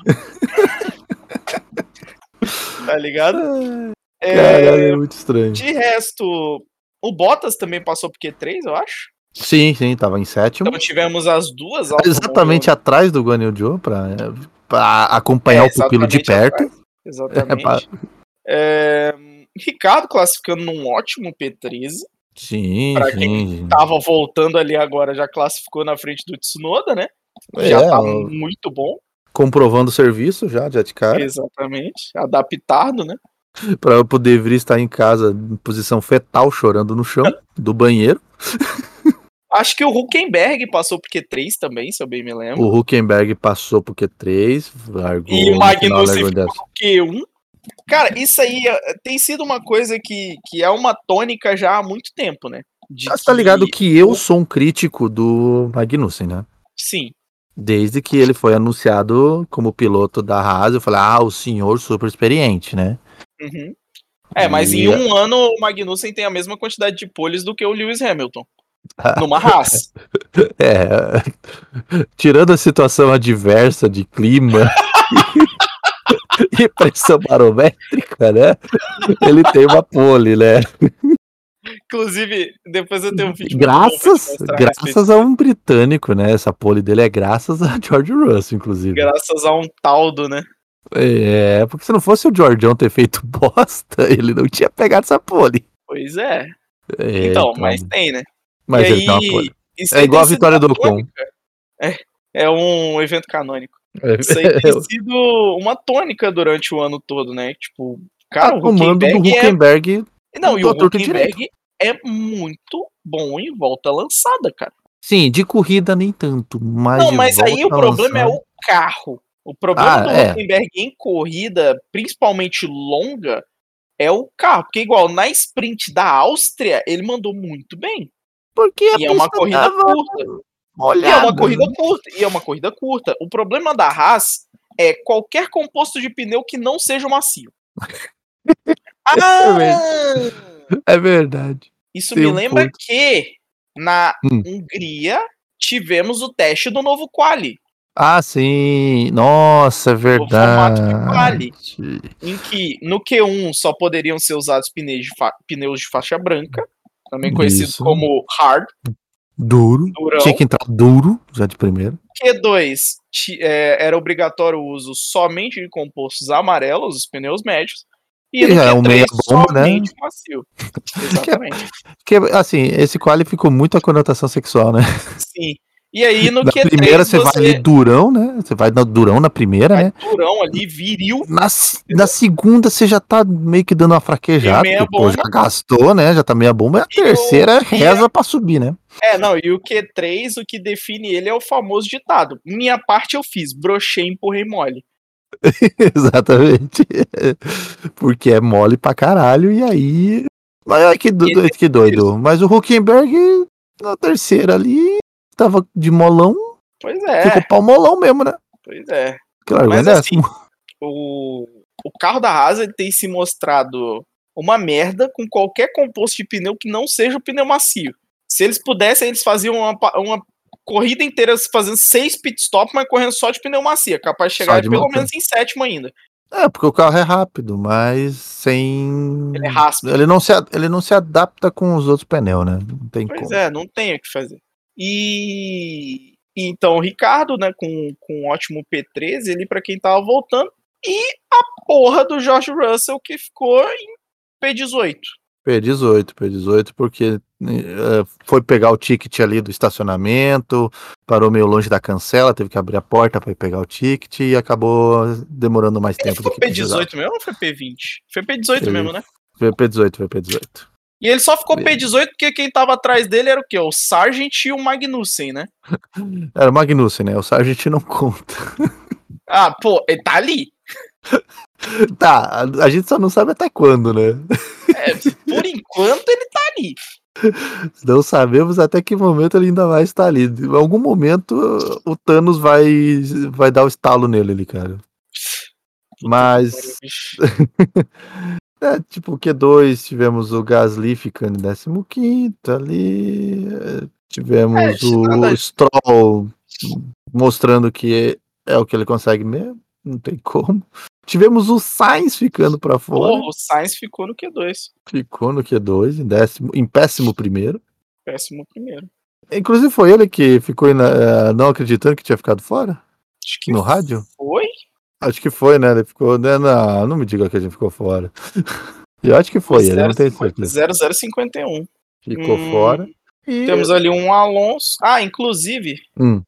C: tá ligado? É,
B: Caralho, é muito estranho.
C: de resto, o Bottas também passou por Q3, eu acho.
B: Sim, sim, tava em sétimo.
C: Então tivemos as duas.
B: Exatamente atrás do Guan Yu Zhou pra, pra acompanhar
C: É,
B: o pupilo de perto.
C: Exatamente.
B: É, pá.
C: É, Ricardo classificando num ótimo P13.
B: Sim,
C: Pra
B: sim.
C: quem tá
B: sim.
C: Tava voltando ali agora, já classificou na frente do Tsunoda, né?
B: É,
C: já tá
B: ó.
C: muito bom.
B: Comprovando o serviço já, já de
C: É.
B: cara.
C: Exatamente. Adaptado, né?
B: Pra eu poder vir estar em casa em posição fetal, chorando no chão do banheiro.
C: Acho que o Huckenberg passou por Q3 também, se eu bem me lembro.
B: O Huckenberg passou pro Q3, largou
C: E o
B: no
C: Magnussen
B: final, largou
C: ficou
B: em décimo.
C: Q1. Cara, isso aí é, tem sido uma coisa que, que é uma tônica já há muito tempo, né? De
B: Mas tá ligado que eu sou um crítico do Magnussen, né?
C: Sim,
B: Desde que ele foi anunciado como piloto da Haas, eu falei, ah, o senhor super experiente, né?
C: Uhum. É, mas
B: E-
C: em um ano o Magnussen tem a mesma quantidade de poles do que o Lewis Hamilton. Numa Haas.
B: É. Tirando a situação adversa de clima e pressão barométrica, né? Ele tem uma pole, né?
C: Inclusive, depois eu tenho um vídeo. muito bom pra te
B: Graças,
C: mostrar a respeito.
B: graças a um britânico, né? Essa pole dele é graças a George Russell, inclusive.
C: Graças a um taldo, né?
B: É, porque se não fosse o Georgião ter feito bosta, ele não tinha pegado essa pole.
C: Pois é.
B: É,
C: Então, mas tem, né?
B: mas
C: e
B: ele tem uma
C: aí,
B: pole.
C: isso
B: É
C: aí
B: igual a
C: tem sido
B: vitória
C: uma
B: do Ocon.
C: tônica. É, é um evento canônico. Isso aí tem
B: É,
C: sido uma tônica durante o ano todo, né? Tipo, cara,
B: o
C: o
B: comando Ah, do
C: Huckenberg é...
B: Huckenberg
C: Não, e o
B: do torto e
C: Huckenberg é muito bom em volta lançada, cara.
B: Sim, de corrida nem tanto, mas.
C: Não,
B: Tá de
C: mas aí o
B: volta
C: problema é
B: lançada-
C: o carro. O problema
B: Ah,
C: do
B: é.
C: Huckenberg em corrida, principalmente longa, é o carro. Porque, igual, na sprint da Áustria, ele mandou muito bem.
B: Porque a
C: E é uma
B: pista
C: corrida
B: tava
C: curta. E é uma
B: molhada.
C: corrida curta. E é uma corrida curta. O problema da Haas é qualquer composto de pneu que não seja macio. Ah!
B: É verdade.
C: Isso
B: Tem
C: me
B: um
C: lembra
B: ponto.
C: que na
B: Hum.
C: Hungria tivemos o teste do novo quali.
B: Ah, sim. Nossa, é
C: formato de
B: verdade.
C: em que no Q1 só poderiam ser usados pneus de, fa- pneus de faixa branca, também conhecido
B: Isso.
C: como hard,
B: Duro.
C: durão.
B: Tinha que entrar duro, já de primeiro.
C: Q2 ti- é, era obrigatório o uso somente de compostos amarelos, os pneus médios. E
B: Que
C: no
B: já é um
C: Q3
B: meia bomba, né?
C: somente macio. Exatamente.
B: Que, assim, esse quali ficou muito a conotação sexual, né?
C: Sim. E aí no
B: Na
C: Q3
B: primeira você
C: você
B: vai ali durão, né? Você vai na durão na primeira,
C: vai
B: né?
C: durão ali, viril.
B: Na, se- na segunda você já tá meio que dando uma fraquejada.
C: meia
B: porque, pô,
C: bomba.
B: já gastou, né? Já tá meia bomba. E a
C: E o-
B: terceira
C: e
B: reza pra subir, né?
C: É, não, e o Q3, o que define ele é o famoso ditado. Minha parte eu fiz, brochei, empurrei mole.
B: Exatamente. Porque é mole pra caralho, e aí. Mas olha que, do-
C: Ele-
B: que doido. Mas o Huckenberg, na terceira ali, tava de molão,
C: Pois é,
B: ficou pau molão mesmo, né?
C: pois é.
B: Que largou em
C: Mas assim,
B: décimo.
C: o, o carro da Haas ele tem se mostrado uma merda com qualquer composto de pneu que não seja o pneu macio. Se eles pudessem, eles faziam uma, pa- uma corrida inteira fazendo seis pit stop, mas correndo só de pneu macio. É Capaz de
B: Só
C: chegar
B: de
C: pelo
B: motor.
C: menos em sétimo ainda.
B: É, porque o carro é rápido, mas sem.
C: Ele é raspa.
B: Ele não, se, a- ele não se adapta com os outros pneus, né? Não tem
C: Pois
B: como.
C: é, não tem o que fazer. E então o Ricardo, né, com, com um ótimo P13 ali para quem tava voltando e a porra do George Russell que ficou em P18.
B: P18, P18, porque eh, foi pegar o ticket ali do estacionamento, parou meio longe da cancela, teve que abrir a porta para ir pegar o ticket e acabou demorando mais tempo
C: Foi
B: do que precisava.
C: P18 mesmo ou foi P20? Foi P18
B: Foi.
C: mesmo, né?
B: Foi P18, foi P18.
C: E ele só ficou
B: Foi.
C: P18 porque quem tava atrás dele era o quê? O Sargent e o Magnussen, né?
B: Era o Magnussen, né? O Sargent não conta.
C: Ah, pô, ele tá ali.
B: Tá, a, a gente só não sabe até quando, né?
C: Por enquanto ele tá ali.
B: Não sabemos até que momento ele ainda vai estar ali. Em algum momento o Thanos vai, vai dar o estalo nele ali, cara. Mas. é, tipo, o Q2, tivemos o Gasly ficando em 15 ali. é, Tivemos
C: É, nada-
B: o Stroll mostrando que é, é o que ele consegue mesmo. Não tem como. Tivemos o Sainz ficando pra fora.
C: Porra, o Sainz ficou no Q2.
B: Ficou no Q2, em, décimo, em péssimo primeiro.
C: Péssimo primeiro.
B: Inclusive foi ele que ficou ina- eh, não acreditando que tinha ficado fora?
C: Acho que
B: No rádio?
C: foi.
B: Acho que foi, né? Ele ficou. né, Não, não me diga que a gente ficou fora. Eu acho que foi,
C: é,
B: ele não tem certeza.
C: 0051.
B: Ficou
C: Hum,
B: fora. E...
C: Temos ali um Alonso. Ah, inclusive,
B: Hum,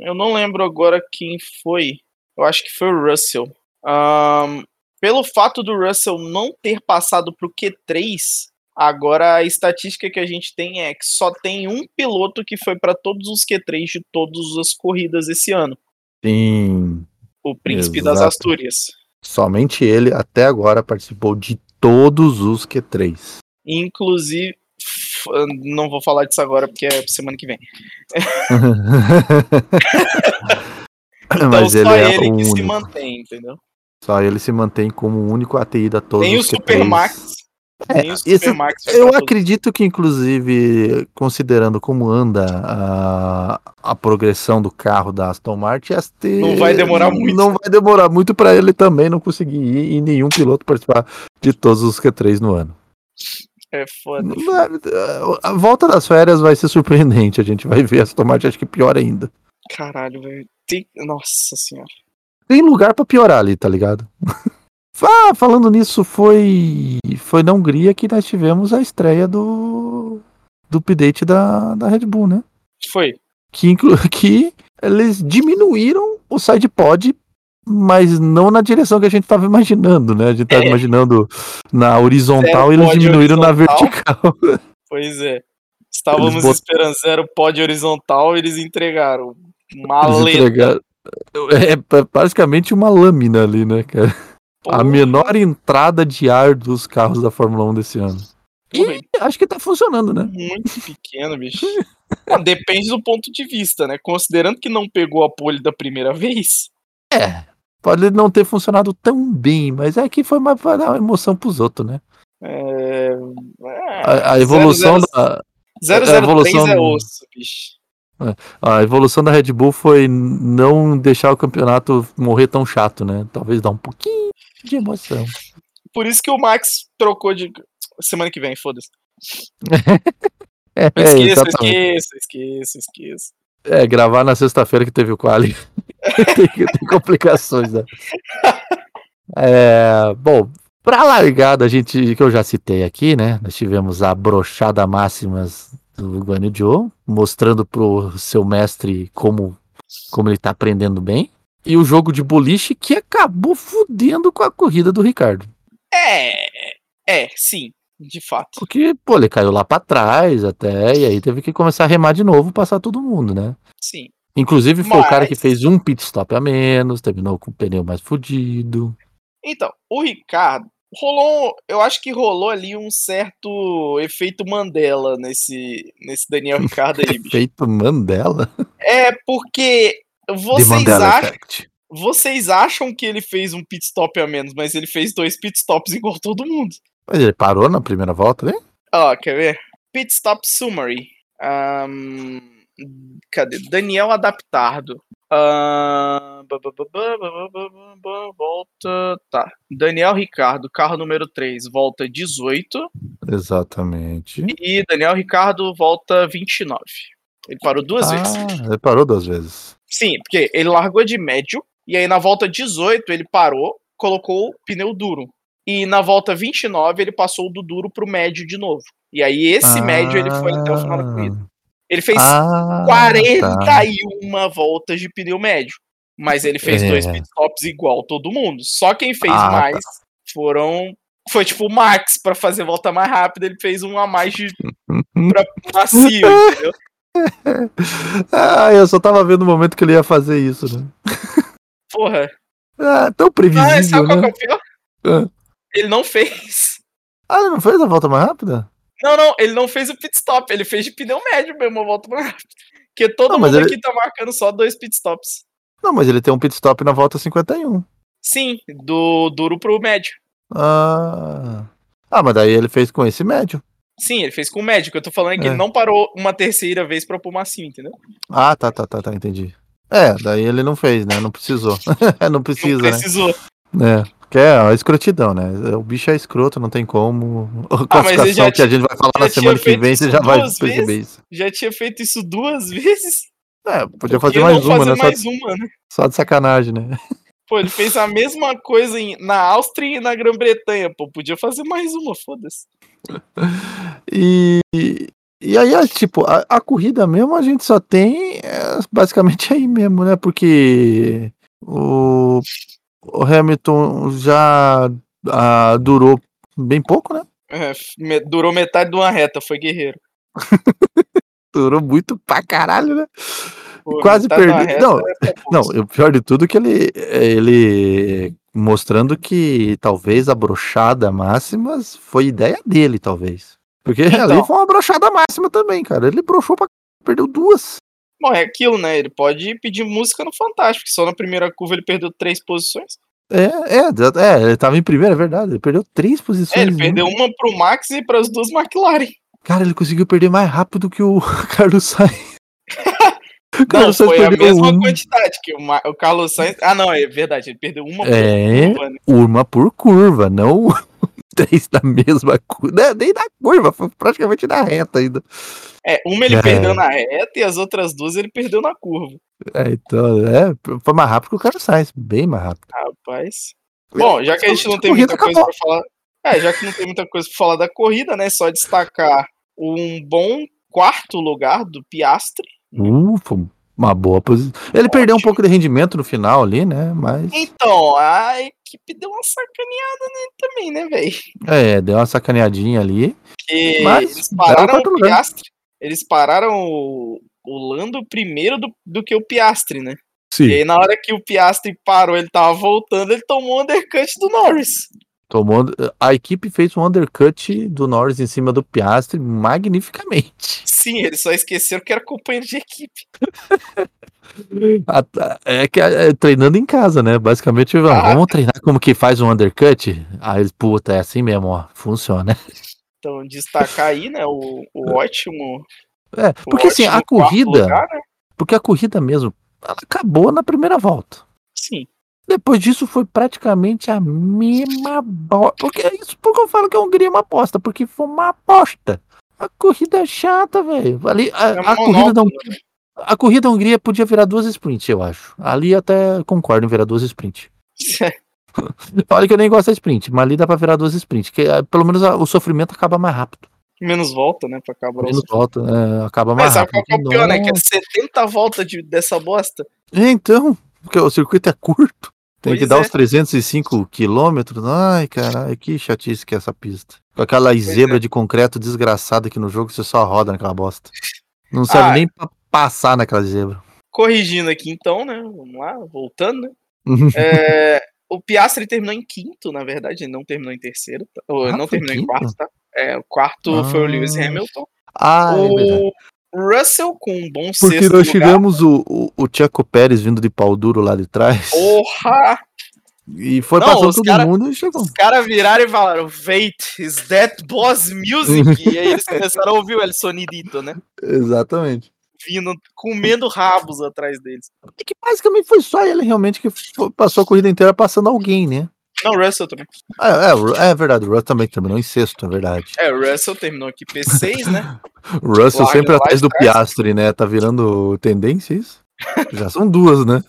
C: eu não lembro agora quem foi. Eu acho que foi o Russell. Ahn, pelo fato do Russell não ter passado pro Q3, agora a estatística que a gente tem é que só tem um piloto que foi para todos os Q3 de todas as corridas esse ano.
B: sim.
C: O príncipe das
B: Exato.
C: Astúrias.
B: Somente ele até agora participou de todos os Q3.
C: Inclusive, f- não vou falar disso agora porque é semana que vem.
B: Mas ele
C: então só
B: é
C: ele
B: o
C: que se
B: único.
C: mantém, entendeu?
B: Só ele se mantém como o único ATI da todos
C: Nem o
B: os Q3.
C: Supermax. Nem o
B: esse-
C: Supermax. vai
B: É, Eu
C: pra todos.
B: acredito que, inclusive, considerando como anda a, a progressão do carro da Aston Martin, este-
C: Não vai demorar muito.
B: Não vai demorar muito para ele também não conseguir ir e nenhum piloto participar de todos os Q3 no ano.
C: É foda.
B: Não vai- A volta das férias vai ser surpreendente. A gente vai ver a Aston Martin, acho que pior ainda.
C: Caralho, velho. Tem- Nossa senhora.
B: Tem lugar para piorar ali, tá ligado? ah, falando nisso, foi foi na Hungria que nós tivemos a estreia do do update da, da Red Bull, né?
C: Foi.
B: que, inclu- que eles diminuíram o side pod, mas não na direção que a gente estava imaginando, né? A gente estava
C: É.
B: imaginando na horizontal e eles
C: pod
B: diminuíram na
C: horizontal.
B: vertical.
C: Pois é. Estávamos
B: Eles bot-
C: esperando zero pod horizontal, eles entregaram.
B: Eles
C: Maleta.
B: entregaram- tá É pa- basicamente uma lâmina ali, né, cara? A
C: Porra,
B: menor entrada de ar dos carros da Fórmula 1 desse ano.
C: porra,
B: Acho que tá funcionando, né?
C: muito pequeno, bicho. Bom, depende do ponto de vista, né? Considerando que não pegou a pole da primeira vez,
B: É. Pode não ter funcionado tão bem, mas é que foi mais pra dar uma emoção pros outros, né?
C: é...
B: A, a evolução
C: zero-
B: da.
C: zero,
B: a
C: zero,
B: evolução-
C: 003 é osso, bicho.
B: A evolução da Red Bull foi não deixar o campeonato morrer tão chato, né? Talvez dar um pouquinho de emoção.
C: Por isso que o Max trocou de. Semana que vem, foda-se.
B: É,
C: Eu esqueço, eu
B: exatamente.
C: esqueço, eu esqueço, eu esqueço.
B: É, gravar na sexta-feira que teve o quali. tem, tem complicações, né? É, bom, pra largada, a gente, que eu já citei aqui, né? Nós tivemos a brochada máximas do Guanyu Zhou, mostrando pro seu mestre como, como ele tá aprendendo bem. E o jogo de boliche que acabou fudendo com a corrida do Ricardo.
C: É, é, sim, de fato.
B: Porque, pô, ele caiu lá pra trás até, e aí teve que começar a remar de novo, passar todo mundo, né?
C: Sim.
B: Inclusive foi o cara que
C: Mas-
B: fez um pit stop a menos, terminou com o pneu mais fudido.
C: Então, o Ricardo rolou, um, eu acho que rolou ali um certo efeito Mandela nesse nesse Daniel Ricardo aí, bicho.
B: É Feito Mandela.
C: É porque
B: The
C: vocês
B: Mandela
C: acham,
B: Effect.
C: vocês acham que ele fez um pit stop a menos, mas ele fez dois pit stops igual todo mundo.
B: Mas ele parou na primeira volta, né?
C: Ó, quer ver? Pit stop summary. Ahn, cadê? Daniel Adaptardo. Ahn, ba, ba, ba, ba, ba, ba, ba, ba, volta. Tá. Daniel Ricardo, carro número 3, volta 18.
B: Exatamente.
C: E Daniel Ricardo volta 29. Ele parou duas vezes.
B: Ah, ele parou duas vezes.
C: Sim, porque ele largou de médio. E aí na volta 18 ele parou, colocou o pneu duro. E na volta 29 ele passou do duro pro médio de novo. E aí esse médio ele foi até o final da corrida. Ele fez
B: Ah,
C: 41
B: tá.
C: voltas de pneu médio. Mas ele fez
B: É.
C: dois pit stops igual todo mundo. Só quem fez
B: Ah, tá.
C: mais foram. Foi tipo o Max pra fazer volta mais rápida, ele fez um a mais de macio, entendeu?
B: ah, eu só tava vendo o momento que ele ia fazer isso, né?
C: Porra.
B: Ah, tão
C: Ah,
B: previsível,
C: sabe qual que
B: né?
C: é o pior?
B: Ah.
C: Ele não fez.
B: Ah, ele não fez a volta mais rápida?
C: Não, não, ele não fez o pit stop, ele fez de pneu médio mesmo, a volta mais rápida. Porque todo
B: Não, mas
C: mundo
B: ele-
C: aqui tá marcando só dois pit stops.
B: Não, mas ele tem um pit stop na volta 51.
C: Sim, do duro pro médio.
B: Ah. Ah, mas daí ele fez com esse médio.
C: Sim, ele fez com o médio. O que eu tô falando é que
B: É.
C: ele não parou uma terceira vez pra pôr macio, entendeu?
B: Ah, tá, tá, tá, tá, entendi. É, daí ele não fez, né? Não precisou. não precisa,
C: não precisou.
B: né? É. Porque é a escrotidão, né? O bicho é escroto, não tem como. A
C: Ah, mas ele
B: classificação
C: já
B: que a gente vai falar
C: já
B: na
C: tinha
B: semana que
C: feito
B: vem,
C: isso
B: você já vai
C: duas
B: perceber isso.
C: Já tinha feito isso duas vezes.
B: É, podia
C: Por que
B: fazer mais
C: não
B: uma,
C: fazer
B: né? Só-
C: mais uma, né?
B: Só, de sacanagem, né?
C: Pô, ele fez a mesma coisa em- na Áustria e na Grã-Bretanha. Pô, podia fazer mais uma, foda-se.
B: E. E aí, é, tipo, a, a corrida mesmo a gente só tem é, basicamente aí mesmo, né? Porque o, o Hamilton já ah, durou bem pouco, né?
C: É, f- me- durou metade de uma reta, foi guerreiro.
B: Durou muito pra caralho, né?
C: Pô,
B: Quase
C: metade de uma
B: perdeu.
C: reta
B: Não,
C: é pouco.
B: Não, e o pior de tudo é que ele, ele mostrando que talvez a brochada máxima foi ideia dele, talvez. Porque
C: Então.
B: ali foi uma brochada máxima também, cara. Ele brochou pra c- perdeu duas.
C: Bom, é aquilo, né? Ele pode pedir música no Fantástico, que só na primeira curva ele perdeu três posições.
B: É, é, exa- é, ele tava em primeira, é verdade. Ele perdeu três
C: É,
B: posições.
C: ele
B: né?
C: perdeu uma pro Max e para as duas McLaren.
B: Cara, ele conseguiu perder mais rápido que o Carlos Sainz. O
C: Não,
B: Sainz
C: foi a
B: perdeu
C: mesma
B: um-
C: quantidade que o, Ma- o Carlos Sainz. Ah, não, é verdade, ele perdeu uma
B: É.
C: curva, né?
B: uma por curva, não três da mesma curva. Nem da curva, foi praticamente na reta ainda.
C: É, uma ele
B: É.
C: perdeu na reta e as outras duas ele perdeu na curva.
B: É, então, é, foi mais rápido que o Carlos Sainz, bem mais rápido.
C: Rapaz. Bom, já que a gente não tem
B: corrida
C: muita coisa
B: acabou.
C: pra falar. É, já que não tem muita coisa pra falar da corrida, né? Só destacar um bom quarto lugar do Piastre.
B: Uh, foi uma boa posição. Ele perdeu um pouco de rendimento no final ali, né? Mas.
C: Então, a equipe deu uma sacaneada nele também, né, velho?
B: É, deu uma sacaneadinha ali.
C: Porque
B: Mas
C: eles
B: dá né?
C: pararam
B: quarto
C: o
B: lugar.
C: Piastre. Eles pararam o, o Lando primeiro do, do que o Piastre, né? E
B: Sim.
C: aí, na hora que o Piastre parou, ele tava voltando, ele tomou o undercut do Norris.
B: Tomou, a equipe fez um undercut do Norris em cima do Piastri magnificamente.
C: Sim, eles só esqueceram que era companheiro de equipe.
B: A- a- É que é, treinando em casa, né? Basicamente, ó,
C: Ah.
B: vamos treinar como que faz um undercut. Aí eles, puta, é assim mesmo, ó. Funciona.
C: Então, destacar aí, né, o, o ótimo.
B: É,
C: o
B: porque assim, a
C: ótimo quarto
B: corrida.
C: lugar, né?
B: Porque a corrida mesmo, ela acabou na primeira volta.
C: Sim.
B: Depois disso foi praticamente a mesma bosta. Porque é isso porque eu falo que a Hungria é uma aposta, porque foi uma aposta. A corrida é chata, velho. Ali a,
C: É
B: a corrida da,
C: monótono,
B: Hung- a corrida da Hungria podia virar duas sprints, eu acho. Ali até concordo em virar duas sprints.
C: né?
B: Olha que eu nem gosto da sprint, mas ali dá pra virar duas sprints, que eh, pelo menos a- o sofrimento acaba mais rápido.
C: Menos volta, né, pra acabar.
B: Menos
C: os-
B: volta, eh, acaba
C: Mas
B: mais
C: sabe
B: rápido.
C: qual que é o pior, né? Que é
B: Nossa.
C: 70 voltas de, dessa bosta.
B: Então, porque o circuito é curto. Tem que
C: Pois
B: dar
C: é.
B: os 305 quilômetros. Ai, caralho, que chatice que é essa pista. Com aquela
C: é.
B: zebra de concreto desgraçada que no jogo você só roda naquela bosta. Não serve
C: Ah.
B: nem pra passar naquela zebra.
C: Corrigindo aqui então, né? Vamos lá, voltando, né?
B: Uhum.
C: É, o Piastri terminou em quinto, na verdade, ele não terminou em terceiro. tá? Ou
B: Ah,
C: não
B: foi
C: terminou em
B: quinto?
C: quarto, tá? É, o quarto foi o Lewis
B: Ah,
C: Hamilton.
B: Ah, é verdade.
C: o Russell com um bom
B: Porque
C: sexto
B: nós
C: lugar.
B: tivemos o, o, o Tcheco Pérez vindo de pau duro lá de trás.
C: Porra!
B: E foi
C: Não,
B: passando
C: os
B: todo
C: cara-
B: mundo e chegou.
C: Os caras viraram e falaram, wait, is that boss music? e aí eles começaram a ouvir o El Sonidito, né?
B: Exatamente.
C: Vindo, comendo rabos atrás deles.
B: E É que basicamente foi só ele realmente que foi- passou a corrida inteira passando alguém, né?
C: Não, o Russell também.
B: É, é, o Ru- é verdade, o Russell também terminou em sexto, é verdade.
C: É, o Russell terminou aqui P6, né?
B: O Russell
C: Larga
B: sempre
C: lá
B: atrás do
C: atrás.
B: Piastri, né? Tá virando tendência é isso? Já são duas, né?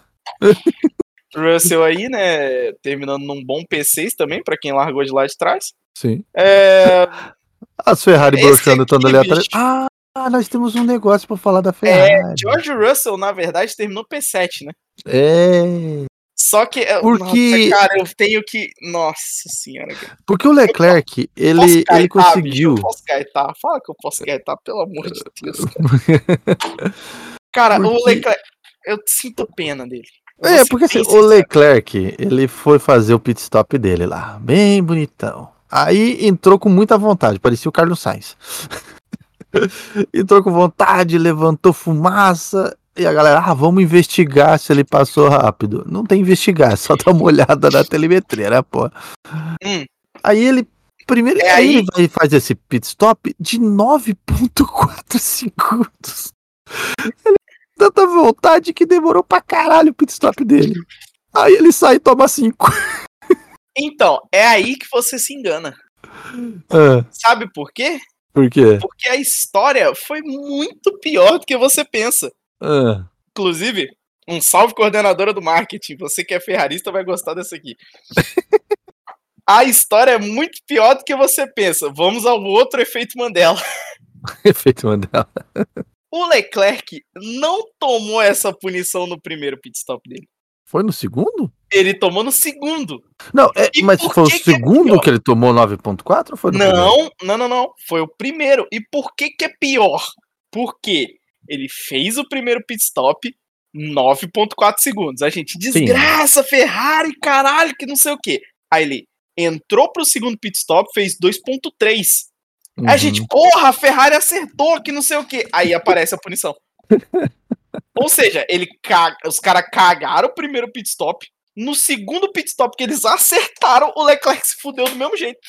C: O Russell aí, né? Terminando num bom P6 também, pra quem largou de lá de trás.
B: Sim.
C: É,
B: As Ferrari
C: Esse é
B: broxando
C: aqui,
B: estando ali atrás.
C: bicho.
B: Ah, nós temos um negócio pra
C: É.
B: falar da Ferrari.
C: George Russell, na verdade, terminou P7, né?
B: É.
C: Só que. é,
B: Porque-
C: Nossa, cara, eu tenho que. Nossa senhora. cara.
B: Porque o Leclerc, ele,
C: Posso
B: ele
C: caetar, bicho?
B: conseguiu.
C: Eu posso caetar? Fala que eu posso caetar, pelo amor de Deus, cara. Cara, o
B: Porque-
C: Leclerc. Eu sinto pena dele. Eu
B: É,
C: vou ser
B: porque
C: bem
B: assim, o
C: sincero.
B: Leclerc, ele foi fazer o pit stop dele lá, bem bonitão. Aí entrou com muita vontade, parecia o Carlos Sainz. entrou com vontade, levantou fumaça. E a galera, ah, vamos investigar se ele passou rápido. Não tem investigar, só dá uma olhada na telemetria, né, pô?
C: Hum.
B: Aí ele. Primeiro, aí
C: É aí-
B: ele vai, faz esse pit stop de 9,4 segundos. Ele tem tanta vontade que demorou pra caralho o pit stop dele. Aí ele sai e toma 5.
C: Então, é aí que você se engana.
B: Ah,
C: Sabe por quê?
B: por quê?
C: Porque a história foi muito pior do que você pensa.
B: Ah,
C: Inclusive, um salve coordenadora do marketing. Você que é ferrarista vai gostar dessa aqui. A história é muito pior do que você pensa. Vamos ao outro efeito Mandela.
B: efeito Mandela.
C: O Leclerc não tomou essa punição no primeiro pit stop dele.
B: Foi no segundo?
C: Ele tomou no segundo.
B: Não, é,
C: E
B: mas
C: por
B: foi o
C: que que é
B: segundo
C: pior?
B: que ele tomou 9,4 ou foi no primeiro?
C: Não, não, não, não. Foi o primeiro. E por que que é pior? Porque ele fez o primeiro pit stop 9.4 segundos. A gente desgraça, Ferrari, caralho, que não sei o quê. Aí ele entrou pro segundo pit stop, fez 2.3. Aí A
B: Uhum.
C: gente, porra, a Ferrari acertou, que não sei o quê. Aí aparece a punição. Ou seja, ele caga- os caras cagaram o primeiro pit stop. No segundo pit stop que eles acertaram, o Leclerc se fudeu do mesmo jeito.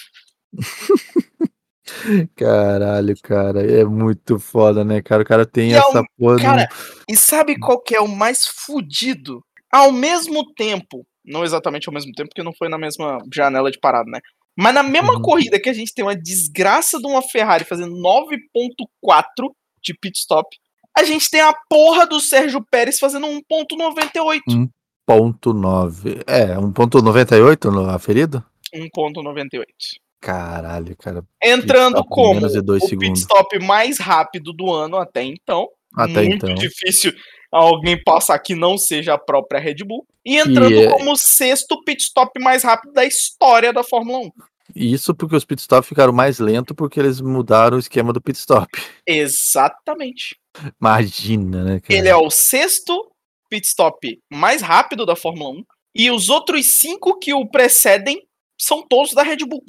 B: Caralho, cara, é muito foda, né, cara? O cara tem
C: E é
B: essa
C: um-
B: porra.
C: Cara, e sabe qual que é o mais fudido? Ao mesmo tempo, não exatamente ao mesmo tempo, porque não foi na mesma janela de parada, né? Mas na mesma
B: Uhum.
C: corrida que a gente tem uma desgraça de uma Ferrari fazendo 9.4 de pit stop, a gente tem a porra do Sérgio Pérez fazendo 1.98.
B: Hum. 1.9. É, 1.98 no aferido?
C: 1.98.
B: Caralho, cara.
C: Entrando
B: stop em
C: como
B: menos de dois
C: o pit
B: segundos.
C: stop mais rápido do ano até então.
B: Até
C: muito
B: então.
C: difícil alguém passar que não seja a própria Red Bull. E entrando
B: é-
C: como o sexto pit stop mais rápido da história da Fórmula 1.
B: E Isso porque os pit stops ficaram mais lentos porque eles mudaram o esquema do pit stop.
C: Exatamente.
B: Imagina, né, cara?
C: Ele é o sexto pit stop mais rápido da Fórmula 1. E os outros cinco que o precedem são todos da Red Bull.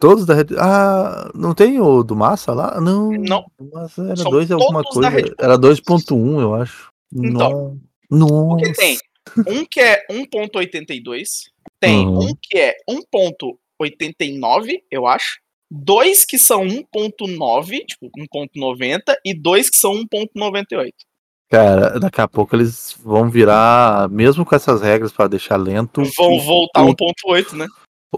B: Todos da Red Ah, não tem o do Massa lá? Não.
C: Não.
B: O Massa era
C: São
B: 2 alguma
C: todos da
B: coisa.
C: Red Bull.
B: Era 2.1, eu acho.
C: Então.
B: Não.
C: Porque tem um que é 1.82, tem
B: Uhum.
C: um que é 1.89, eu acho, dois que são 1.9, tipo 1.90, e dois que são 1.98.
B: Cara, daqui a pouco eles vão virar, mesmo com essas regras pra deixar lento, um
C: Vão voltar
B: o-
C: 1.8, né?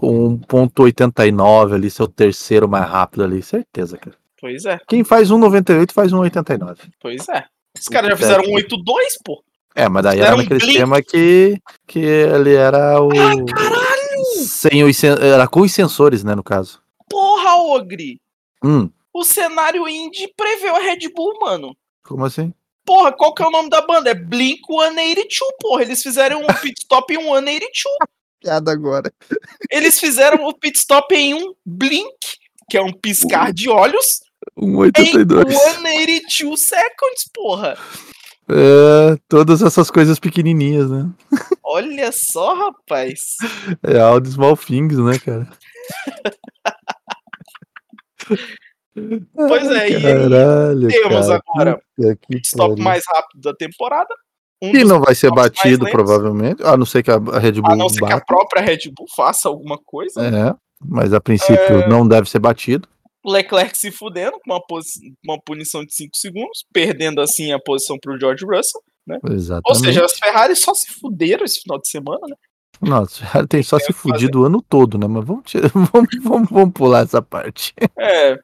B: um 1.89 ali, seu terceiro mais rápido ali, certeza, cara.
C: Pois é,
B: Quem faz 1.98 faz 1.89.
C: pois é. Os caras já fizeram 1.82, pô.
B: É, mas daí
C: Era
B: era
C: um
B: naquele
C: blink.
B: esquema que, que ele era o.
C: Ah,
B: Sem os sen- Era com os sensores, né, no caso.
C: Porra, Ogre!
B: Hum,
C: O cenário indie preveu a Red Bull, mano.
B: como assim?
C: Porra, qual que é o nome da banda? É Blink 182, porra. Eles fizeram um pit stop em 182.
B: Piada agora.
C: Eles fizeram o pit stop em um blink, que é um piscar de olhos, em
B: 1.82.
C: 182 seconds, porra.
B: É, todas essas coisas pequenininhas, né?
C: Olha só, rapaz.
B: É all the small things, né, cara?
C: Pois é, e aí
B: Caralho,
C: Temos
B: cara.
C: agora
B: Puta que
C: pit stop
B: pariu.
C: mais rápido da temporada. Um
B: E
C: dos-
B: não vai ser
C: stops mais
B: batido,
C: lentos.
B: provavelmente. A não ser que a a Red Bull
C: a não ser que a
B: bata.
C: própria Red Bull faça alguma coisa.
B: É, mas a princípio
C: É.
B: não deve ser batido.
C: O Leclerc se fudendo com uma, posi- uma punição de 5 segundos, perdendo assim a posição pro George Russell.
B: Exatamente.
C: Ou seja, as Ferrari só se fuderam esse final de semana, né?
B: Nossa, ela tem só se
C: que fazer.
B: fudido o ano todo, né? Mas vamos, tirar- vamos, vamos, vamos pular essa parte.
C: É.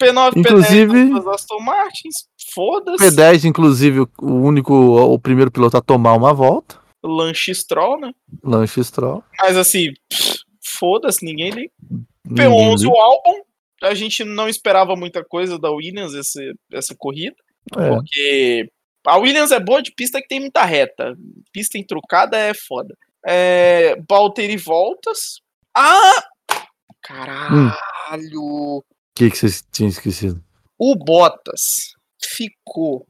C: P9,
B: Inclusive-
C: P10, Aston Martins, foda-se.
B: P10, inclusive, o- o único, o primeiro piloto a tomar uma volta.
C: Lanche Stroll, né?
B: Lanche Stroll.
C: Mas assim, pff, foda-se, ninguém liga.
B: ninguém
C: P11,
B: viu.
C: o álbum. A gente não esperava muita coisa da Williams esse, essa corrida,
B: É,
C: porque a Williams é boa de pista que tem muita reta. Pista entrucada é foda. É, Valtteri Voltas. Ah! Caralho!
B: O que, que vocês tinham esquecido?
C: O Bottas ficou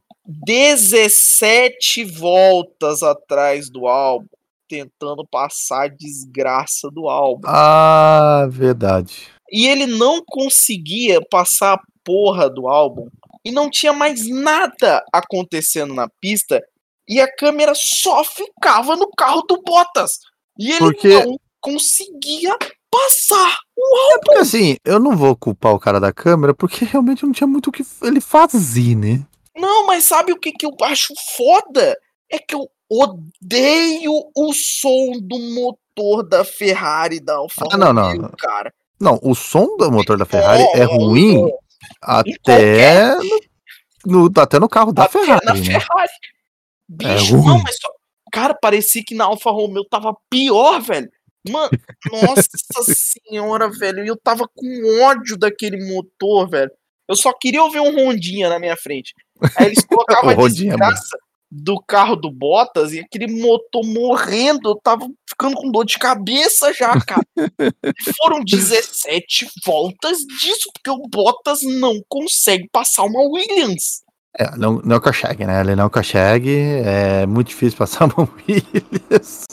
C: 17 voltas atrás do álbum, tentando passar a desgraça do álbum.
B: Ah, verdade.
C: E ele não conseguia passar a porra do álbum. E não tinha mais nada acontecendo na pista. E a câmera só ficava no carro do Bottas. E ele
B: Porque-
C: não conseguia passar.
B: Porque assim, eu não vou culpar o cara da câmera, porque realmente não tinha muito o que ele fazia, né?
C: Não, mas sabe o que, que eu acho foda? É que eu odeio o som do motor da Ferrari da Alfa
B: Ah, não, não,
C: Romeo,
B: não.
C: cara.
B: Não, o som do motor da Ferrari é
C: Oh,
B: ruim
C: oh,
B: até no, no- até no carro da
C: até
B: Ferrari,
C: na
B: né?
C: Ferrari. Bicho,
B: ruim.
C: não, mas só... Cara, parecia que na Alfa Romeo tava pior, velho. Mano, nossa senhora, velho. E eu tava com ódio daquele motor, velho. Eu só queria ouvir um rondinha na minha frente. Aí eles colocavam
B: O
C: a
B: Rondinha é bom.
C: desgraça do carro do Bottas e aquele motor morrendo. Eu tava ficando com dor de cabeça já, cara. E foram 17 voltas disso, porque o Bottas não consegue passar uma Williams.
B: É, não, não consegue, né? Ele não consegue, é muito difícil passar uma Williams.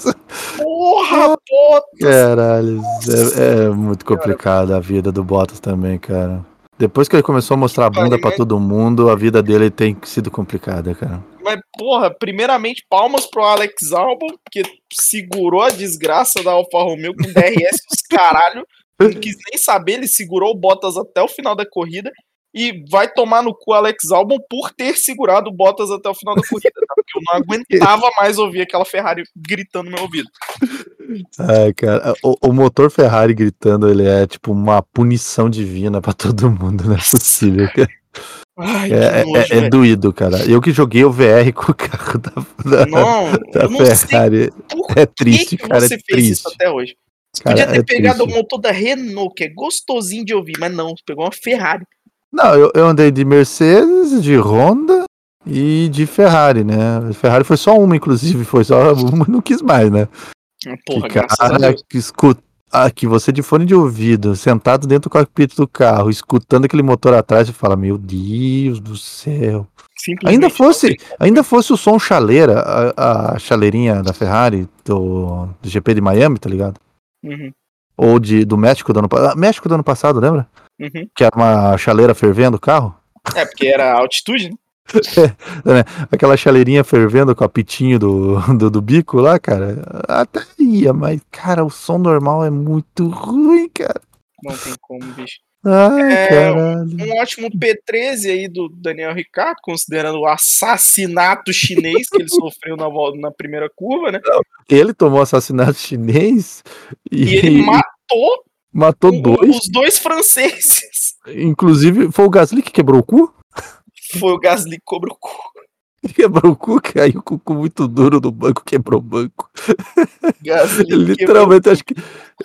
C: Porra, Bottas!
B: Caralho, é, é muito complicada a vida do Bottas também, cara. Depois que ele começou a mostrar a bunda pra todo mundo, a vida dele tem sido complicada, cara.
C: Mas, porra, primeiramente, palmas pro Alex Albon, porque segurou a desgraça da Alfa Romeo com DRS os caralho. Não quis nem saber, ele segurou o Bottas até o final da corrida. E vai tomar no cu Alex Albon por ter segurado o Bottas até o final da corrida, tá? Porque eu não aguentava mais ouvir aquela Ferrari gritando no meu ouvido.
B: Ai, cara, o, o motor Ferrari gritando, ele é tipo uma punição divina pra todo mundo, não é possível, cara.
C: Ai, que
B: É, é-
C: nojo,
B: é
C: velho.
B: doído, cara. Eu que joguei o VR com o carro da, da-
C: Não,
B: da
C: eu não sei
B: Tá Ferrari.
C: por
B: É
C: que,
B: triste,
C: que
B: cara, é
C: você fez
B: triste.
C: isso até hoje. Você
B: Cara,
C: podia ter
B: é
C: pegado o
B: triste.
C: motor da Renault, que é gostosinho de ouvir, mas não, você pegou uma Ferrari.
B: Não, eu, eu andei de Mercedes, de Honda e de Ferrari, né? Ferrari foi só uma, inclusive, foi só uma, não quis mais, né?
C: Ah, Porra,
B: que
C: graças a
B: cara
C: Deus.
B: que escuta. Aqui, você de fone de ouvido, sentado dentro do cockpit do carro, escutando aquele motor atrás, você fala, meu Deus do céu.
C: Simplesmente
B: Ainda fosse, ainda fosse o som chaleira, a, a chaleirinha da Ferrari, do, do GP de Miami, tá ligado?
C: Uhum,
B: Ou de, do México do ano passado. México do ano passado, lembra?
C: uhum.
B: Que era uma chaleira fervendo o carro?
C: É, porque era altitude, né?
B: Aquela chaleirinha fervendo com a pitinho do, do, do bico lá, cara. Até ia, mas, cara, o som normal é muito ruim, cara.
C: Não tem como, bicho.
B: Ai,
C: É,
B: caralho.
C: Um ótimo P13 aí do Daniel Ricardo, considerando o assassinato chinês que ele sofreu na, vol- na primeira curva, né?
B: Ele tomou assassinato chinês e,
C: E ele matou
B: matou
C: o-
B: dois.
C: os dois franceses.
B: Inclusive, foi o Gasly que quebrou o cu?
C: Foi o Gasly que cobrou o cu.
B: Quebrou o cu, caiu com o cu muito duro do banco, quebrou o banco.
C: Gasly
B: Ele
C: quebrou-
B: literalmente, acho que.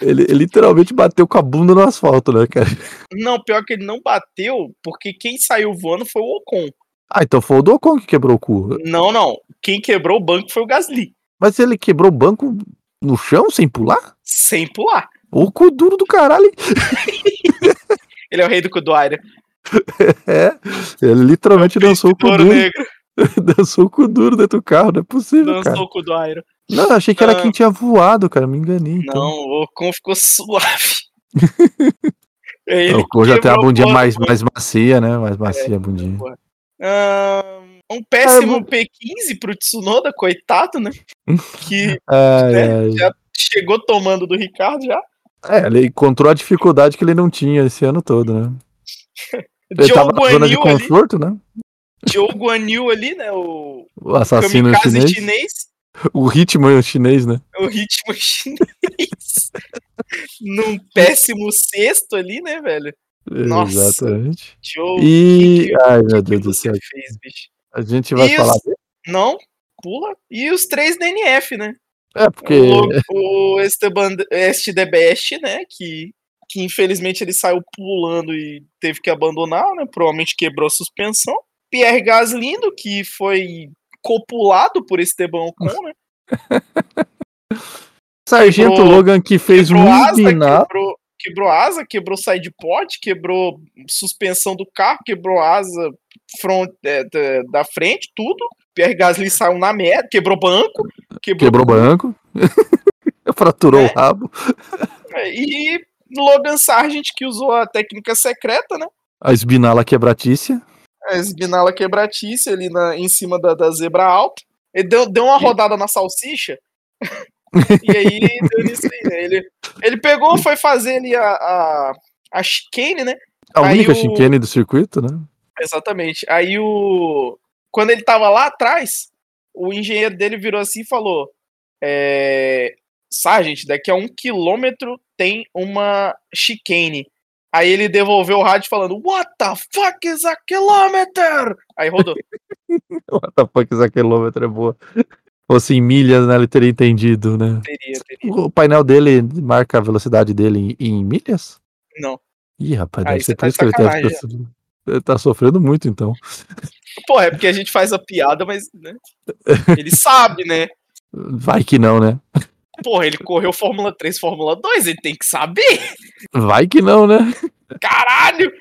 B: Ele, ele literalmente bateu com a bunda no asfalto, né, cara?
C: Não, pior que ele não bateu, porque quem saiu voando foi o Ocon.
B: Ah, então foi o Docon que quebrou o cu.
C: Não, não. Quem quebrou o banco foi o Gasly.
B: Mas ele quebrou o banco no chão sem pular?
C: Sem pular.
B: O cu duro do caralho. hein?
C: Ele é o rei do Kudoaira.
B: É. Ele
C: É
B: literalmente dançou o cu
C: Ouro
B: duro.
C: negro
B: Dançou o cu duro dentro do carro, não é possível, cara.
C: né? dançou o Kudoaira.
B: Não, eu achei que era
C: Ah.
B: quem tinha voado, cara. Me enganei. então.
C: Não, o Ocon ficou suave. Ele
B: o Cor já tem a
C: quebrou
B: bundinha
C: o
B: mais,
C: banco.
B: mais macia, né? Mais macia a bundinha.
C: Ah, um péssimo
B: É,
C: P15 pro Tsunoda, coitado, né? Que
B: Ai,
C: É.
B: ai.
C: chegou tomando do Ricardo já.
B: É, ele encontrou a dificuldade que ele não tinha esse ano todo, né? Ele tava
C: Diogo
B: na zona de
C: Anil ali,
B: conforto, né?
C: Diogo Anil ali, né? O
B: O assassino
C: kamikaze
B: chinês.
C: chinês,
B: O ritmo chinês, né?
C: o ritmo chinês. Num péssimo sexto ali, né, velho? Nossa.
B: Exatamente.
C: Diogo,
B: E.
C: que-
B: Ai,
C: o
B: meu
C: que
B: Deus do
C: você
B: céu.
C: fez, bicho?
B: A gente vai
C: E
B: falar.
C: os- Não, pula. E os três DNF, né?
B: É, porque.
C: O, o Esteban Este The Best, né? Que, que infelizmente ele saiu pulando e teve que abandonar, né? Provavelmente quebrou a suspensão. Pierre Gaslindo, que foi copulado por Esteban Ocon, né?
B: Sargento
C: quebrou-
B: Logan que fez um
C: Quebrou asa,
B: espinal.
C: quebrou, quebrou asa, quebrou side pod, quebrou suspensão do carro, quebrou asa front, é, da, da frente, tudo. Pierre Gasly saiu na merda, quebrou banco, quebrou
B: Quebrou o banco. Fraturou o rabo.
C: É, E Logan Sargent, que usou a técnica secreta, né?
B: A esbinala quebratícia.
C: A esbinala quebratícia ali na, em cima da, da zebra alta. Ele deu, deu uma rodada na salsicha. e aí deu nisso aí, né? Ele, ele pegou, foi fazer ali a, a, a chicane, né?
B: A
C: Aí
B: única
C: o-
B: chicane do circuito, né?
C: Exatamente. Aí o. Quando ele tava lá atrás, o engenheiro dele virou assim e falou: é... Sargent, daqui a um quilômetro tem uma chicane. Aí ele devolveu o rádio falando: What the fuck is a kilometer? Aí rodou.
B: What the fuck, essa quilômetro é boa. Fosse em milhas, né? Ele teria entendido, né?
C: teria, teria.
B: O painel dele marca a velocidade dele em, em milhas?
C: Não.
B: Ih, rapaz,
C: Aí
B: deve
C: você
B: ser
C: tá
B: por
C: de
B: isso que ele deve
C: sacanagem,
B: ter sido- Ele tá sofrendo muito, então.
C: Pô, é porque a gente faz a piada, mas. Né? Ele sabe, né?
B: Vai que não, né?
C: Porra, ele correu Fórmula 3, Fórmula 2, ele tem que saber!
B: Vai que não, né?
C: Caralho!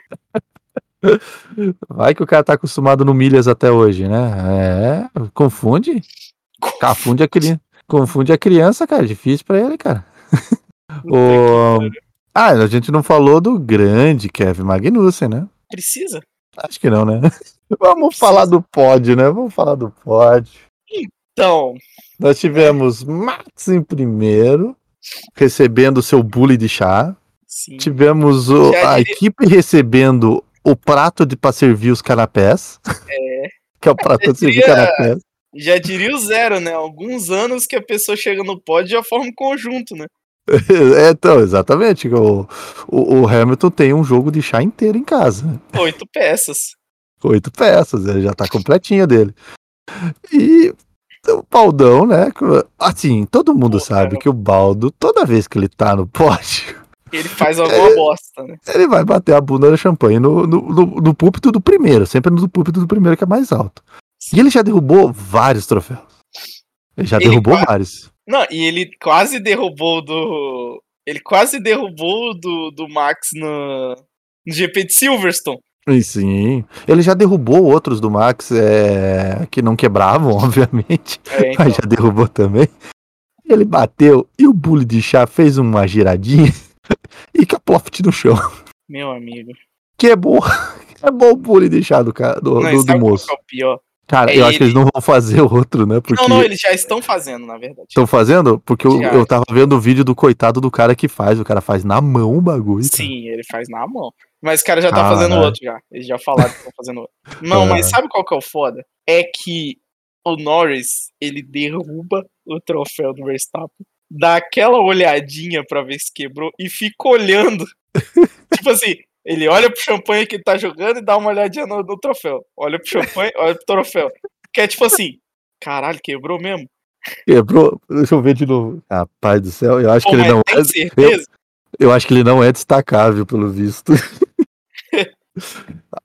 B: Vai que o cara tá acostumado no milhas até hoje, né? É, confunde. Confunde a, cri... confunde a criança, cara. Difícil pra ele, cara. O... Ah, a gente não falou do grande Kevin Magnussen, né?
C: Precisa?
B: Acho que não, né? Vamos falar do pódio, né? Vamos falar do pódio.
C: Então,
B: Nós tivemos Max em primeiro, recebendo seu bully de chá.
C: sim.
B: Tivemos o-
C: Já
B: a
C: diria-
B: equipe recebendo o prato de para servir os canapés.
C: É.
B: Que é o prato de servir
C: diria-
B: canapés.
C: Já diria o zero, né? Alguns anos que a pessoa chega no pódio já forma um conjunto, né?
B: É, então, exatamente. O, o, o Hamilton tem um jogo de chá inteiro em casa.
C: Oito peças.
B: Oito peças, ele já tá completinho dele. E o Baldão, né? Assim, todo mundo
C: Pô,
B: sabe
C: cara.
B: que o Baldo, toda vez que ele tá no pódio,
C: Ele faz
B: É.
C: alguma bosta, né?
B: ele vai bater a bunda no champanhe no, no, no, no púlpito do primeiro, sempre no púlpito do primeiro que é mais alto. E ele já derrubou vários troféus. Ele já
C: Ele
B: derrubou
C: quase-
B: vários.
C: Não, e ele quase derrubou o do. Ele quase derrubou o do, do Max no... no GP de Silverstone.
B: E sim, ele já derrubou outros do Max é, que não quebravam, obviamente,
C: É, então,
B: mas já derrubou também. Ele bateu e o bully de chá fez uma giradinha e caploft no chão. é
C: meu amigo.
B: Quebrou, quebrou o bully de chá do, ca- do,
C: Não,
B: do- do
C: sabe qual
B: moço.
C: que é o pior?
B: Cara,
C: É
B: eu acho que
C: ele.
B: eles não vão fazer outro, né? Porque
C: Não, não, eles já estão fazendo, na verdade.
B: estão fazendo? Porque eu,
C: Já.
B: eu tava vendo o vídeo do coitado do cara que faz. O cara faz na mão o bagulho. cara.
C: Sim, ele faz na mão. Mas o cara já tá fazendo
B: Caralho.
C: outro já. Eles já falaram que tá fazendo outro. Não,
B: É.
C: mas sabe qual que é o foda? É que o Norris, ele derruba o troféu do Verstappen, dá aquela olhadinha pra ver se quebrou e fica olhando. tipo assim, ele olha pro champanhe que ele tá jogando e dá uma olhadinha no, no troféu. Olha pro champanhe, olha pro troféu. Que é tipo assim, caralho, quebrou mesmo?
B: Quebrou. Deixa eu ver de novo. Rapaz do céu, eu acho
C: Pô,
B: que ele
C: mas
B: não
C: tem
B: é.
C: certeza?
B: Eu acho que ele não é destacável, pelo visto.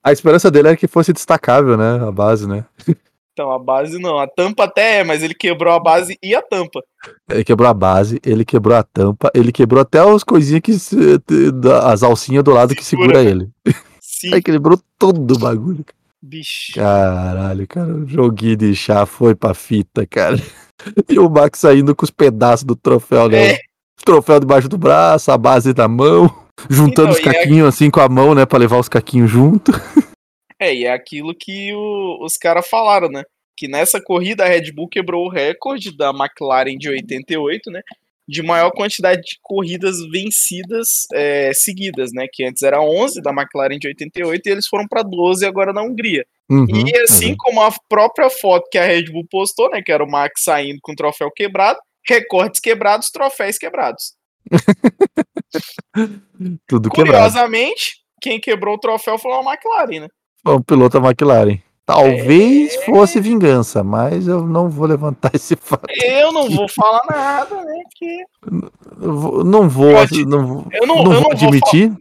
B: a esperança dele era que fosse destacável, né? A base, né?
C: Então, a base não. A tampa até é, mas ele quebrou a base e a tampa.
B: Ele quebrou a base, ele quebrou a tampa, ele quebrou até as coisinhas que. se- te- da- as alcinhas do lado que
C: Segura.
B: segura ele.
C: Sim,
B: Ele quebrou todo o bagulho.
C: bicho.
B: Caralho, cara, o joguinho de chá foi pra fita, cara. E o Max saindo com os pedaços do troféu, né?
C: É.
B: O Troféu debaixo do braço, a base na mão, juntando
C: Então,
B: os
C: e é-
B: caquinhos assim com a mão, né? Pra levar os caquinhos junto.
C: É, e é aquilo que o- os caras falaram, né? Que nessa corrida a Red Bull quebrou o recorde da McLaren de 88, né? De maior quantidade de corridas vencidas é, seguidas, né? Que antes era 11 da McLaren de 88 e eles foram pra 12 agora na Hungria.
B: Uhum,
C: e assim
B: uhum.
C: como a própria foto que a Red Bull postou, né? Que era o Max saindo com o troféu quebrado, recordes quebrados, troféus quebrados.
B: Tudo quebrado.
C: Curiosamente, quem quebrou o troféu foi a McLaren, né?
B: Foi um piloto da McLaren. Talvez
C: É.
B: fosse vingança, mas eu não vou levantar esse fato.
C: Eu não vou falar nada, né? Porque
B: Eu vou- não vou,
C: Pode.
B: não vou,
C: Eu não-
B: não
C: eu não
B: vou
C: vou
B: admitir.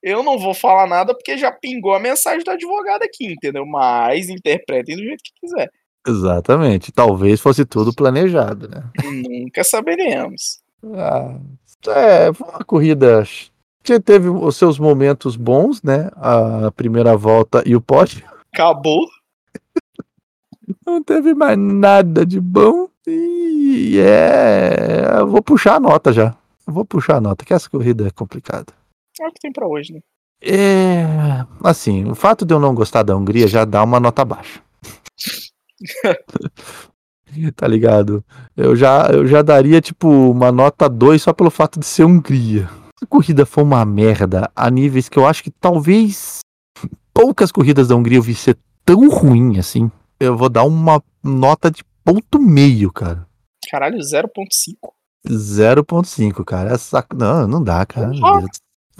C: Eu não vou falar nada porque já pingou a mensagem do advogado aqui, entendeu? Mas interpretem do jeito que quiser.
B: Exatamente. Talvez fosse tudo planejado, né?
C: Nunca saberemos.
B: Ah, é, foi uma corrida. Já teve os seus momentos bons, né? A primeira volta e o pódio.
C: Acabou.
B: Não teve mais nada de bom. E é. Eu vou puxar a nota já. Eu vou puxar a nota, que essa corrida é complicada.
C: É o que tem pra hoje, né?
B: É. Assim, o fato de eu não gostar da Hungria já dá uma nota baixa. tá ligado? Eu já, eu já daria, tipo, uma nota 2 só pelo fato de ser Hungria. Se a corrida foi uma merda a níveis que eu acho que talvez poucas corridas da Hungria eu vi ser tão ruim assim. Eu vou dar uma nota de ponto meio, cara.
C: Caralho, 0.5.
B: 0.5, cara. É saco... Não, não dá, cara.
C: Porra.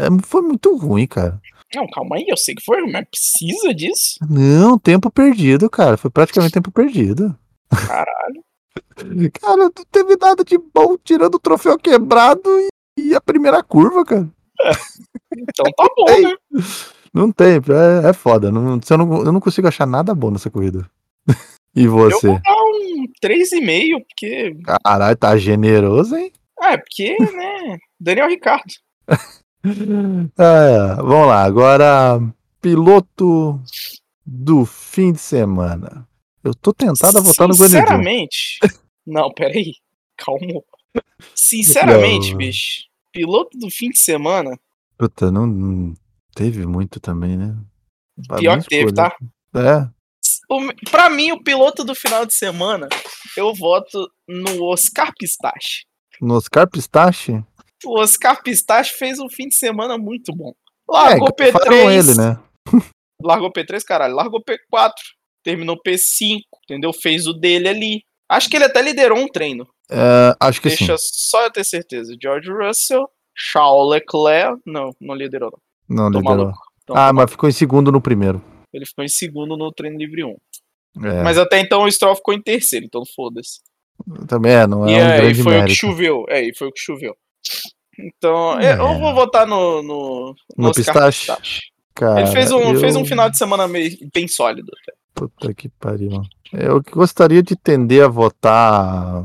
B: É, foi muito ruim, cara.
C: Não, calma aí, eu sei que foi, mas precisa disso?
B: Não, tempo perdido, cara. Foi praticamente tempo perdido.
C: Caralho.
B: Cara, não teve nada de bom tirando o troféu quebrado e, e a primeira curva, cara.
C: Então tá
B: É
C: bom, né?
B: Não tem, é, é foda. Não, se eu, não, eu não consigo achar nada bom nessa corrida. E
C: Eu vou
B: você?
C: dar um 3,5, porque.
B: Caralho, tá generoso, hein?
C: Ah, é porque, né? Daniel Ricardo.
B: Ah, vamos lá, agora piloto do fim de semana. Eu tô tentado a votar no Guanidinho.
C: Sinceramente. Não, peraí. Calma. Sinceramente,
B: Não.
C: bicho. Piloto do fim de semana.
B: Puta, não, não teve muito também, né? Pra
C: Pior
B: mim,
C: que teve,
B: escolha.
C: tá?
B: É.
C: O, pra mim, o piloto do final de semana, eu voto no Oscar Pistache.
B: No Oscar Pistache?
C: O Oscar Pistache fez um fim de semana muito bom.
B: é,
C: Largou
B: gafaram
C: P3.
B: ele, né?
C: Largou P3, caralho. Largou P4. Terminou P5. Entendeu? Fez o dele ali. Acho que ele até liderou um treino.
B: É, acho que sim.
C: Deixa só eu ter certeza. George Russell, Charles Leclerc. Não, não liderou, não.
B: Não,
C: Tô
B: liderou.
C: maluco. Então,
B: ah, mas ficou em segundo no primeiro.
C: Ele ficou em segundo no treino livre 1.
B: É,
C: Mas até então o Stroll ficou em terceiro, então foda-se.
B: também é, não é
C: e
B: um
C: é, e
B: grande
C: foi o que
B: mérito.
C: choveu. É, e foi o que choveu. Então,
B: É.
C: é, eu vou votar no, no,
B: No Pistache? Cara,
C: Ele fez um,
B: eu-
C: fez um final de semana meio, bem sólido.
B: Puta que pariu. Eu gostaria de tender a votar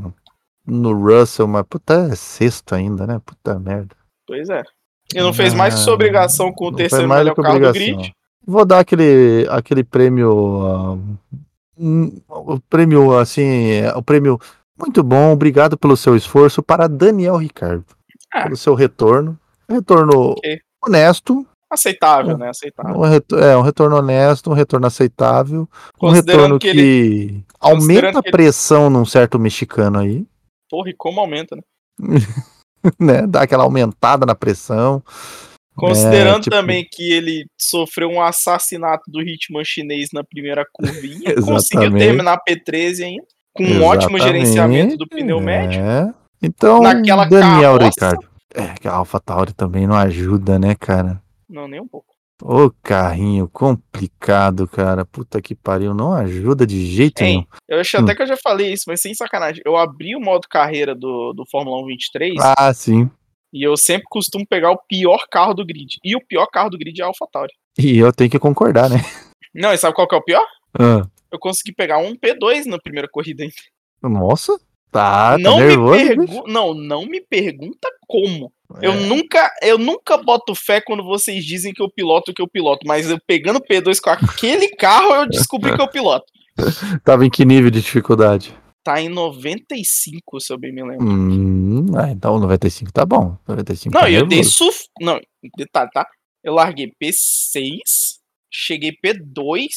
B: no Russell, mas puta, é sexto ainda, né? Puta merda.
C: Pois é. Ele não fez mais que sua
B: Ah,
C: obrigação com o
B: Não foi
C: terceiro
B: mais do
C: melhor
B: que
C: carro do
B: obrigação.
C: grid.
B: Vou dar aquele, aquele prêmio. ah, um- o prêmio, assim, é, o prêmio muito bom, obrigado pelo seu esforço para Daniel Ricardo.
C: Ah.
B: Pelo seu retorno. Um Retorno
C: Ok.
B: honesto.
C: Aceitável, né? Aceitável.
B: Um retor- é, um retorno honesto, um retorno aceitável. Um
C: Considerando
B: retorno
C: que
B: que,
C: ele.
B: aumenta
C: considerando
B: a
C: que ele-
B: pressão num certo mexicano aí,
C: Porra, e como aumenta, né?
B: né? Dá aquela aumentada na pressão.
C: Considerando
B: É, tipo-
C: também que ele sofreu um assassinato do Hitman chinês na primeira curvinha, e conseguiu
B: Exatamente.
C: terminar P13 ainda, com um ótimo gerenciamento do
B: É.
C: pneu médio.
B: médio. Então,
C: Naquela
B: Daniel
C: carroça.
B: Ricardo. É, que a AlphaTauri também não ajuda, né, cara?
C: Não, nem um pouco.
B: Ô carrinho complicado, cara. Puta que pariu, não ajuda de jeito
C: Hein,
B: nenhum.
C: Eu acho
B: Hum.
C: até que eu já falei isso, mas sem sacanagem. Eu abri o modo carreira do, do Fórmula 1 23
B: Ah, sim.
C: e eu sempre costumo pegar o pior carro do grid. E o pior carro do grid é a AlphaTauri.
B: E eu tenho que concordar, né?
C: Não, e sabe qual que é o pior?
B: Ah,
C: Eu consegui pegar um P2 na primeira corrida. hein?
B: nossa, Ah, tá, tá
C: não,
B: nervoso. bicho?
C: me pergu... não, não me pergunta como. Eu
B: É.
C: nunca, eu nunca boto fé quando vocês dizem que eu piloto que eu piloto, mas eu pegando o P2 com aquele carro, eu descobri que eu piloto.
B: Tava em que nível de dificuldade?
C: Tá em 95, se eu bem me lembro.
B: Hum, ah, então 95 tá bom. 95
C: Não,
B: tá
C: eu dei
B: nervoso.
C: suf... Não, detalhe, tá? Eu larguei P6, cheguei P2,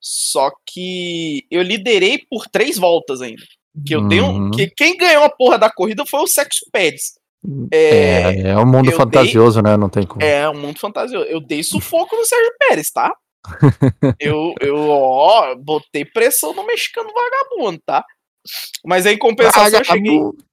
C: só que eu liderei por três voltas ainda. Que eu dei um...
B: Uhum.
C: que quem ganhou a porra da corrida foi o Sexo Pérez. É,
B: É, é um mundo
C: eu
B: fantasioso, né? Não tem como.
C: É, um mundo fantasioso. Eu dei sufoco no Sérgio Pérez, tá? Eu, eu, ó, botei pressão no mexicano vagabundo, tá? Mas aí, em compensação, eu cheguei,
B: Vagabundo.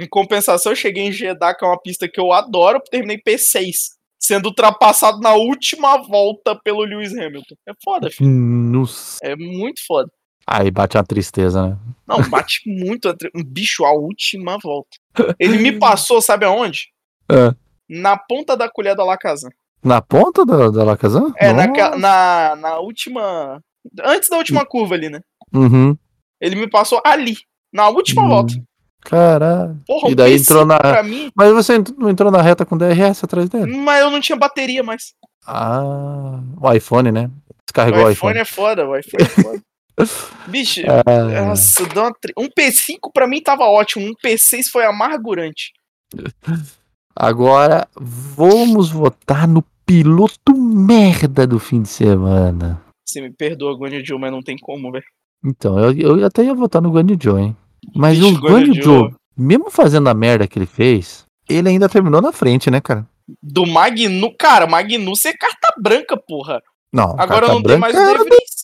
C: em compensação, eu cheguei em Jeddah, que é uma pista que eu adoro, terminei P6, sendo ultrapassado na última volta pelo Lewis Hamilton. É foda, filho.
B: Nossa.
C: É muito foda.
B: Aí bate uma tristeza, né?
C: Não, bate muito a tre- um bicho a última volta. Ele me passou, sabe aonde?
B: É.
C: Na ponta da colher da Lacazan.
B: Na ponta da, da Lacazan?
C: É, na,
B: Nossa.
C: ca- na, na última. Antes da última curva ali, né?
B: Uhum.
C: Ele me passou ali, na última
B: Hum.
C: volta.
B: Caralho.
C: Porra,
B: E daí
C: P5
B: entrou na-
C: pra mim,
B: Mas você ent- não entrou na reta com DRS atrás dele?
C: mas eu não tinha bateria mais.
B: Ah, o iPhone, né?
C: O
B: Descarregou o
C: iPhone,
B: iPhone.
C: é foda, o iPhone é foda. Bicho,
B: É.
C: nossa, dá uma tri- um P5 pra mim tava ótimo, um P6 foi amargurante.
B: Agora vamos votar no piloto merda do fim de semana.
C: Você me perdoa, Guanyu Joe, mas não tem como, velho.
B: Então, eu, eu até ia votar no Guanyu Joe, hein? Mas
C: Vixe,
B: o Guanyu
C: Guanyu
B: Joe, mesmo fazendo a merda que ele fez, ele ainda terminou na frente, né, cara?
C: Do Magnu, cara, Magnu, você é carta branca, porra.
B: Não, tá
C: Agora
B: carta
C: não tem mais o
B: branca-
C: De Vries.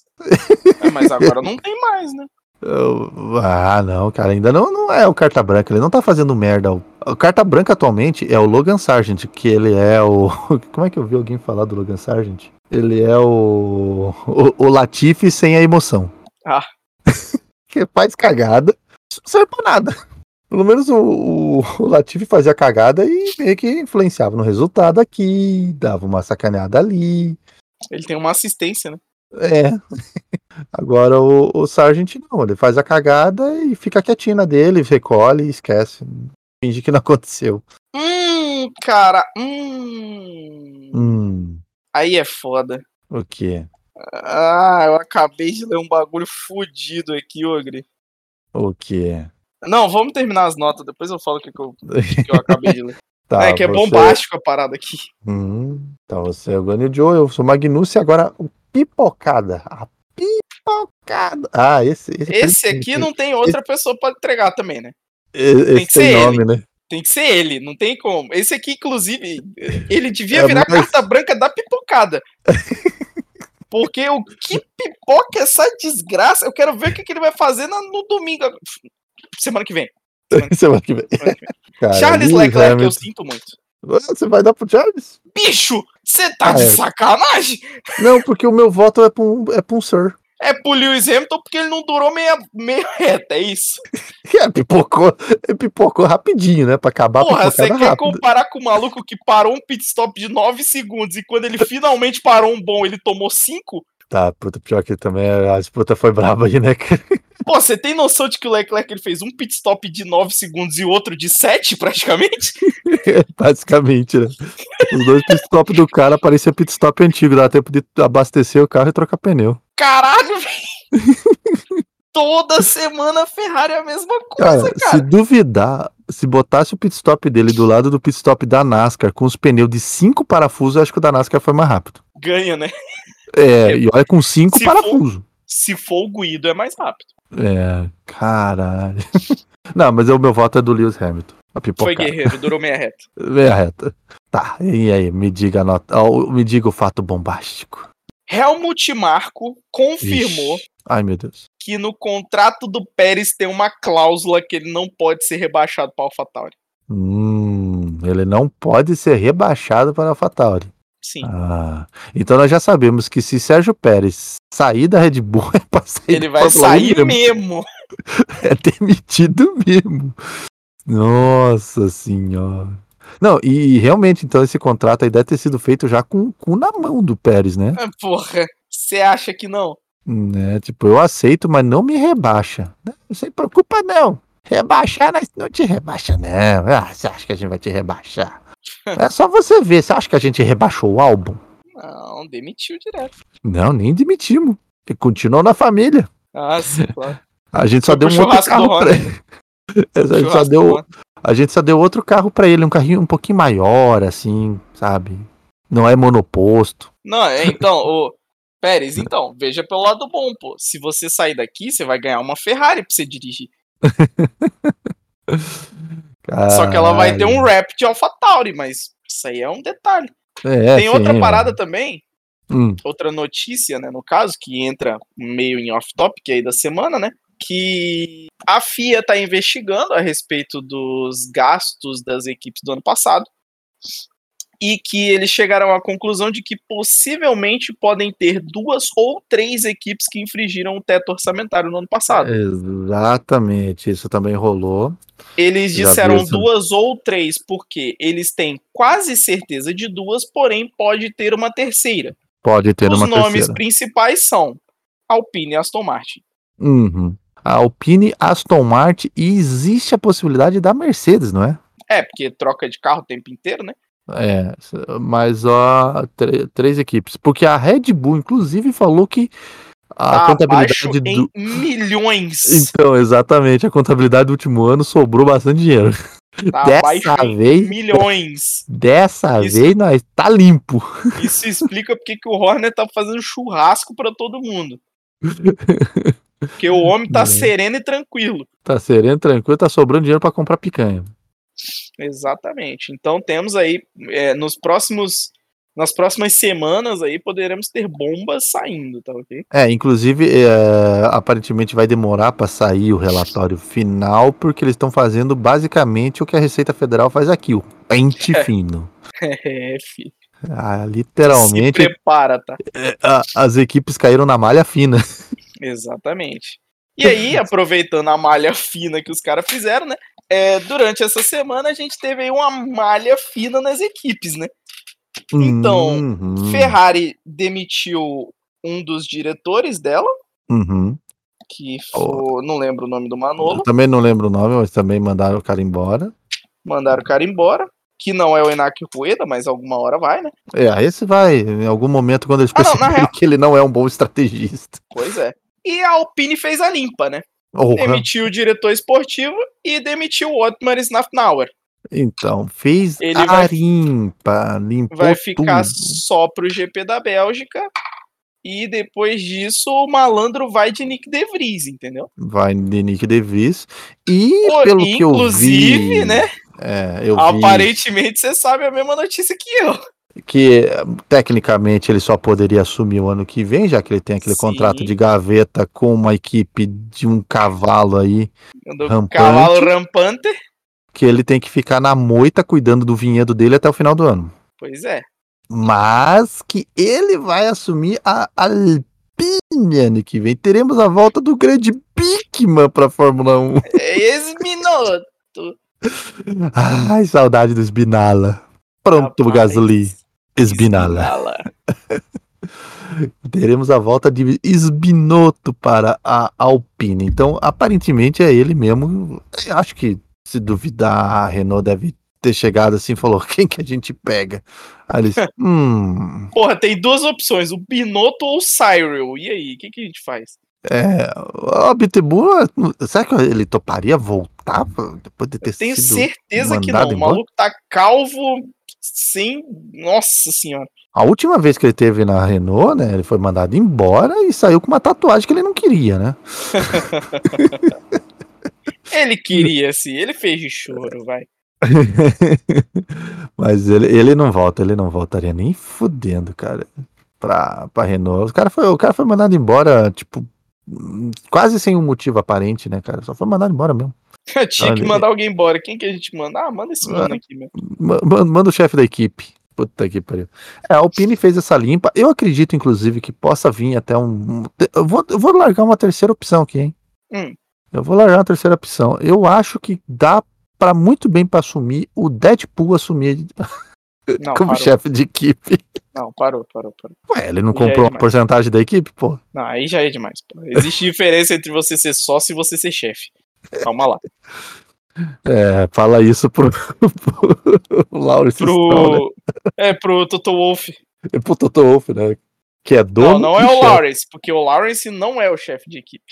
C: É, mas agora não tem mais, né?
B: Eu- Ah, não, cara, ainda não, não é o Carta Branca, ele não tá fazendo merda. O- O Carta Branca atualmente é o Logan Sargent, que ele é o. Como é que eu vi alguém falar do Logan Sargent? Ele é o. O, o Latifi sem a emoção.
C: Ah.
B: que faz cagada, isso não serve pra nada. Pelo menos o, o, o Latifi fazia cagada e meio que influenciava no resultado aqui, dava uma sacaneada ali.
C: Ele tem uma assistência, né?
B: É. Agora o, o Sargent não, ele faz a cagada e fica quietinho na dele, recolhe e esquece. Finge que não aconteceu.
C: Hum, cara, hum.
B: Hum,
C: Aí é foda.
B: o quê?
C: Ah, eu acabei de ler um bagulho fudido aqui, Ogre.
B: O quê?
C: Não, vamos terminar as notas, depois eu falo o que, que, eu, o que eu acabei de ler.
B: Tá,
C: é que é
B: você-
C: bombástico a parada aqui.
B: Hum, então você é o Gunny Joe, eu sou o Magnus e agora o Pipocada. A Pipocada. Ah, esse...
C: Esse aqui não tem outra pessoa pra entregar também, né?
B: Esse,
C: tem que
B: tem
C: ser
B: nome, né?
C: Tem que ser ele, não tem como. Esse aqui, inclusive, ele devia
B: É,
C: virar
B: mas-
C: carta branca da pipocada. Porque o que pipoca é essa desgraça? Eu quero ver o que, que ele vai fazer na- no domingo. Semana que vem.
B: Semana que vem.
C: semana que vem.
B: Cara,
C: Charles
B: Lewis
C: Leclerc, eu
B: Hamilton.
C: sinto muito.
B: Você vai dar pro Charles?
C: Bicho, você tá
B: Ah,
C: de
B: é.
C: sacanagem?
B: Não, porque o meu voto é pra um, é pra um Sir.
C: É pro Lewis Hamilton porque ele não durou meia, meia reta, é isso?
B: É, pipocou, pipocou rapidinho, né? Pra acabar,
C: Porra, você
B: pipocada
C: quer
B: rápido.
C: comparar com o maluco que parou um pit stop de 9 segundos e quando ele finalmente parou um bom, ele tomou 5?
B: Tá, puta, pior que também a disputa foi braba aí, né? cara?
C: Pô, você tem noção de que o Leclerc ele fez um pit stop de 9 segundos e outro de 7, praticamente?
B: Basicamente, né? Os dois pitstop do cara parecia pitstop antigo, dava tempo de abastecer o carro e trocar pneu.
C: Caralho, velho! Toda semana a Ferrari é a mesma
B: Cara,
C: coisa,
B: se
C: cara.
B: duvidar, se botasse o pitstop dele do lado do pitstop da NASCAR com os pneus de cinco parafusos, eu acho que o da NASCAR foi mais rápido.
C: Ganha, né?
B: É, e olha com cinco
C: Se for-
B: parafusos.
C: Se for o Guido, é mais rápido.
B: É, caralho. Não, mas o meu voto é do Lewis Hamilton. A
C: Foi
B: pipocada.
C: guerreiro, durou meia reta.
B: Meia reta. Tá, e aí, me diga a nota. ó, o- me diga o fato bombástico.
C: Helmut Marko confirmou
B: Ixi. Ai, meu Deus.
C: que no contrato do Pérez tem uma cláusula que ele não pode ser rebaixado para AlphaTauri.
B: Hum, ele não pode ser rebaixado para a AlphaTauri.
C: Sim.
B: Ah, então nós já sabemos que se Sérgio Pérez sair da Red Bull é pra sair
C: Ele
B: da
C: vai
B: Fórmula 1
C: sair mesmo.
B: É demitido mesmo. Nossa senhora. Não, e, e realmente, então, esse contrato aí deve ter sido feito já com o cu na mão do Pérez, né?
C: Ah, Porra, você acha que não?
B: Né? Tipo, eu aceito, mas não me rebaixa. Né? Não se preocupa, não. Rebaixar, nós não te rebaixa, não. Ah, você acha que a gente vai te rebaixar? É só você ver. Você acha que a gente rebaixou o álbum?
C: Não, demitiu direto.
B: Não, nem demitimos. E Continuou na família.
C: Ah, sim, claro.
B: A gente só
C: Foi pro
B: deu um outro
C: churrasco do
B: carro pra
C: Honda.
B: ele. A gente, só
C: Churrasco
B: deu,
C: lá.
B: a gente só deu outro carro pra ele, um carrinho um pouquinho maior, assim, sabe? Não é monoposto.
C: Não, é, então, ô, Pérez, então, veja pelo lado bom, pô. Se você sair daqui, você vai ganhar uma Ferrari pra você dirigir. Só que ela vai ter um rap de AlphaTauri, mas isso aí é um detalhe.
B: É,
C: Tem outra
B: sim, é.
C: parada também,
B: Hum,
C: outra notícia, né, no caso, que entra meio em off-topic aí da semana, né, que a FIA tá investigando a respeito dos gastos das equipes do ano passado e que eles chegaram à conclusão de que possivelmente podem ter duas ou três equipes que infringiram o teto orçamentário no ano
B: É,
C: passado.
B: exatamente. Isso também rolou.
C: Eles
B: Já vi
C: disseram
B: isso.
C: duas ou três porque eles têm quase certeza de duas, porém pode ter uma terceira.
B: Pode ter
C: Os
B: uma
C: nomes
B: terceira.
C: principais são Alpine e Aston Martin.
B: Uhum. A Alpine, Aston Martin e existe a possibilidade da Mercedes, não é?
C: É, porque troca de carro o tempo inteiro, né?
B: É, s- mas ó, tre- três equipes. Porque a Red Bull, inclusive, falou que a
C: Tá
B: contabilidade
C: abaixo
B: do.
C: em milhões.
B: Então, exatamente, a contabilidade do último ano sobrou bastante dinheiro.
C: Tá abaixo
B: dessa
C: de
B: vez,
C: milhões.
B: dessa
C: Isso.
B: vez nós tá limpo.
C: Isso explica porque que o Horner tá fazendo churrasco pra todo mundo. Porque o homem tá
B: É.
C: sereno e tranquilo.
B: Tá sereno, tranquilo, tá sobrando dinheiro pra comprar picanha.
C: Exatamente. Então temos aí é, nos próximos nas próximas semanas aí poderemos ter bombas saindo, tá ok?
B: É, inclusive, é, aparentemente vai demorar pra sair o relatório final, porque eles estão fazendo basicamente o que a Receita Federal faz aqui, o pente fino.
C: É, fi.
B: Ah,
C: Se
B: literalmente,
C: prepara, tá?
B: a- as equipes caíram na malha fina.
C: Exatamente. E aí, aproveitando a malha fina que os caras fizeram, né? é, durante essa semana a gente teve aí uma malha fina nas equipes, né? Então,
B: Uhum,
C: Ferrari demitiu um dos diretores dela,
B: uhum.
C: que foi, não lembro o nome do Manolo,
B: Eu também não lembro o nome, mas também mandaram o cara embora.
C: mandaram o cara embora, que não é o Enak Rueda, mas alguma hora vai, né?
B: É, aí você vai, em algum momento, quando eles
C: Ah, não, na
B: perceberem
C: real-
B: que ele não é um bom estrategista.
C: Pois é. E a Alpine fez a limpa, né?
B: Porra.
C: Demitiu o diretor esportivo e demitiu o Otmar Snafnauer.
B: Então, fez
C: Ele
B: a
C: vai-
B: limpa, limpou
C: Vai ficar
B: tudo.
C: só pro GP da Bélgica. E depois disso, o malandro vai de Nick De Vries, entendeu?
B: Vai de Nick DeVries. E,
C: Pô,
B: pelo que eu vi...
C: inclusive, né?
B: É, eu vi
C: Aparentemente, você sabe a mesma notícia que eu.
B: que, tecnicamente, ele só poderia assumir o ano que vem, já que ele tem aquele
C: Sim.
B: contrato de gaveta com uma equipe de um cavalo aí,
C: Do
B: Rampante.
C: cavalo rampante.
B: que ele tem que ficar na moita cuidando do vinhedo dele até o final do ano.
C: Pois é.
B: mas que ele vai assumir a Alpine ano que vem. Teremos a volta do grande Bigman para Fórmula 1.
C: Ex-minuto.
B: Ai, saudade do Sbinala. Pronto,
C: rapaz.
B: Gasly. Sbinala. Teremos a volta de Sbinotto para a Alpine. Então, aparentemente é ele mesmo. Eu acho que, se duvidar, a Renault deve ter chegado assim e falou: quem que a gente pega? Aí eles, hum.
C: Porra, tem duas opções: o Binotto ou o Cyril. E aí, o que, que a gente faz?
B: É, o Bitbull, será que ele toparia voltar pra- depois de ter
C: Tenho
B: sido...
C: certeza que não.
B: mandado
C: O
B: embora?
C: maluco tá calvo sem. Nossa senhora.
B: A última vez que ele teve na Renault, né, ele foi mandado embora e saiu com uma tatuagem que ele não queria, né?
C: Ele queria, assim, ele fez de choro, vai.
B: Mas ele, ele não volta, ele não voltaria nem fudendo, cara, pra, pra Renault. O cara, foi, o cara foi mandado embora, tipo, hum, quase sem um motivo aparente, né, cara? Só foi mandado embora mesmo.
C: Tinha que
B: Olha.
C: mandar alguém embora. Quem que a gente manda? Ah, manda esse mano aqui mesmo.
B: Ma- ma- Manda o chefe da equipe. Puta que pariu. É, a Alpine fez essa limpa. Eu acredito, inclusive, que possa vir até um. um- te- Eu vou, eu vou largar uma terceira opção aqui, hein?
C: Hum.
B: Eu vou largar uma terceira opção. Eu acho que dá pra muito bem pra assumir o Deadpool assumir
C: Não,
B: como
C: parou.
B: chefe de equipe.
C: Não, parou, parou, parou.
B: Ué, ele não
C: Ele é
B: comprou uma
C: demais.
B: porcentagem da equipe, pô.
C: Não, aí já é demais. pô. Existe diferença entre você ser sócio e você ser chefe. Calma lá.
B: É, fala isso pro, pro Lauro Stroll, né?
C: Pro. É, pro Toto Wolff.
B: E pro Toto Wolff, né? Que é dono.
C: Não, não é
B: e
C: o
B: chefe.
C: Lawrence, porque o Lawrence não é o chefe de equipe.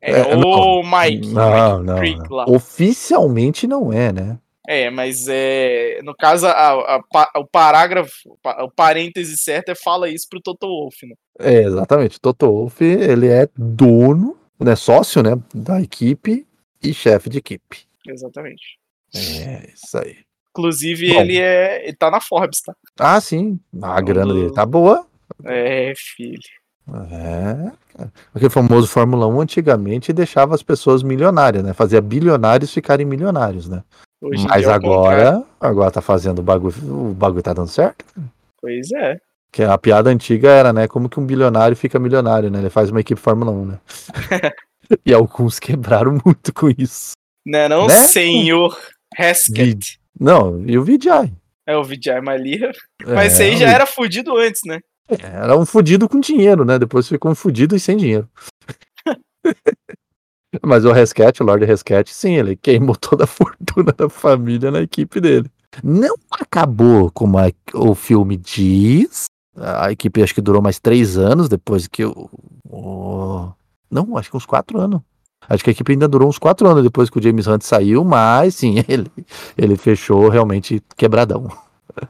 C: É,
B: É,
C: o Mike. Mike
B: Não, não,
C: Creek
B: não.
C: lá.
B: Oficialmente não é, né?
C: É, mas é, no caso, a- a pa- o parágrafo, pa- o parêntese certo é fala isso pro Toto Wolff, né?
B: É, exatamente. Toto Wolff, ele é dono, né, sócio, né, da equipe e chefe de equipe.
C: Exatamente.
B: É, isso aí.
C: Inclusive,
B: Bom.
C: ele é. Ele tá na Forbes, tá?
B: Ah, sim, a
C: Dono
B: grana dele
C: Então, do-
B: tá boa.
C: É, filho.
B: É, cara. Aquele famoso Fórmula 1 antigamente deixava as pessoas milionárias, né? Fazia bilionários ficarem milionários, né?
C: Hoje em
B: Mas
C: dia é o contrário.
B: agora, agora tá fazendo o bagulho, o bagulho tá dando certo.
C: Pois é.
B: Que a piada antiga era, né, como que um bilionário fica milionário, né? Ele faz uma equipe Fórmula 1, né? E alguns quebraram muito com isso.
C: Né, não,
B: Né?
C: senhor Heskett.
B: Não, e o Vijay.
C: É o Vijay Malia. Mas isso
B: É,
C: aí já era fudido antes, né?
B: Era um fudido com dinheiro, né? Depois ficou um fudido e sem dinheiro. Mas o Resquete, o Lord Resquete, sim, ele queimou toda a fortuna da família na equipe dele. Não acabou como a- o filme diz. A equipe acho que durou mais três anos depois que o. o- não, acho que uns quatro anos. Acho que a equipe ainda durou uns quatro anos depois que o James Hunt saiu, mas sim, ele, ele fechou realmente quebradão.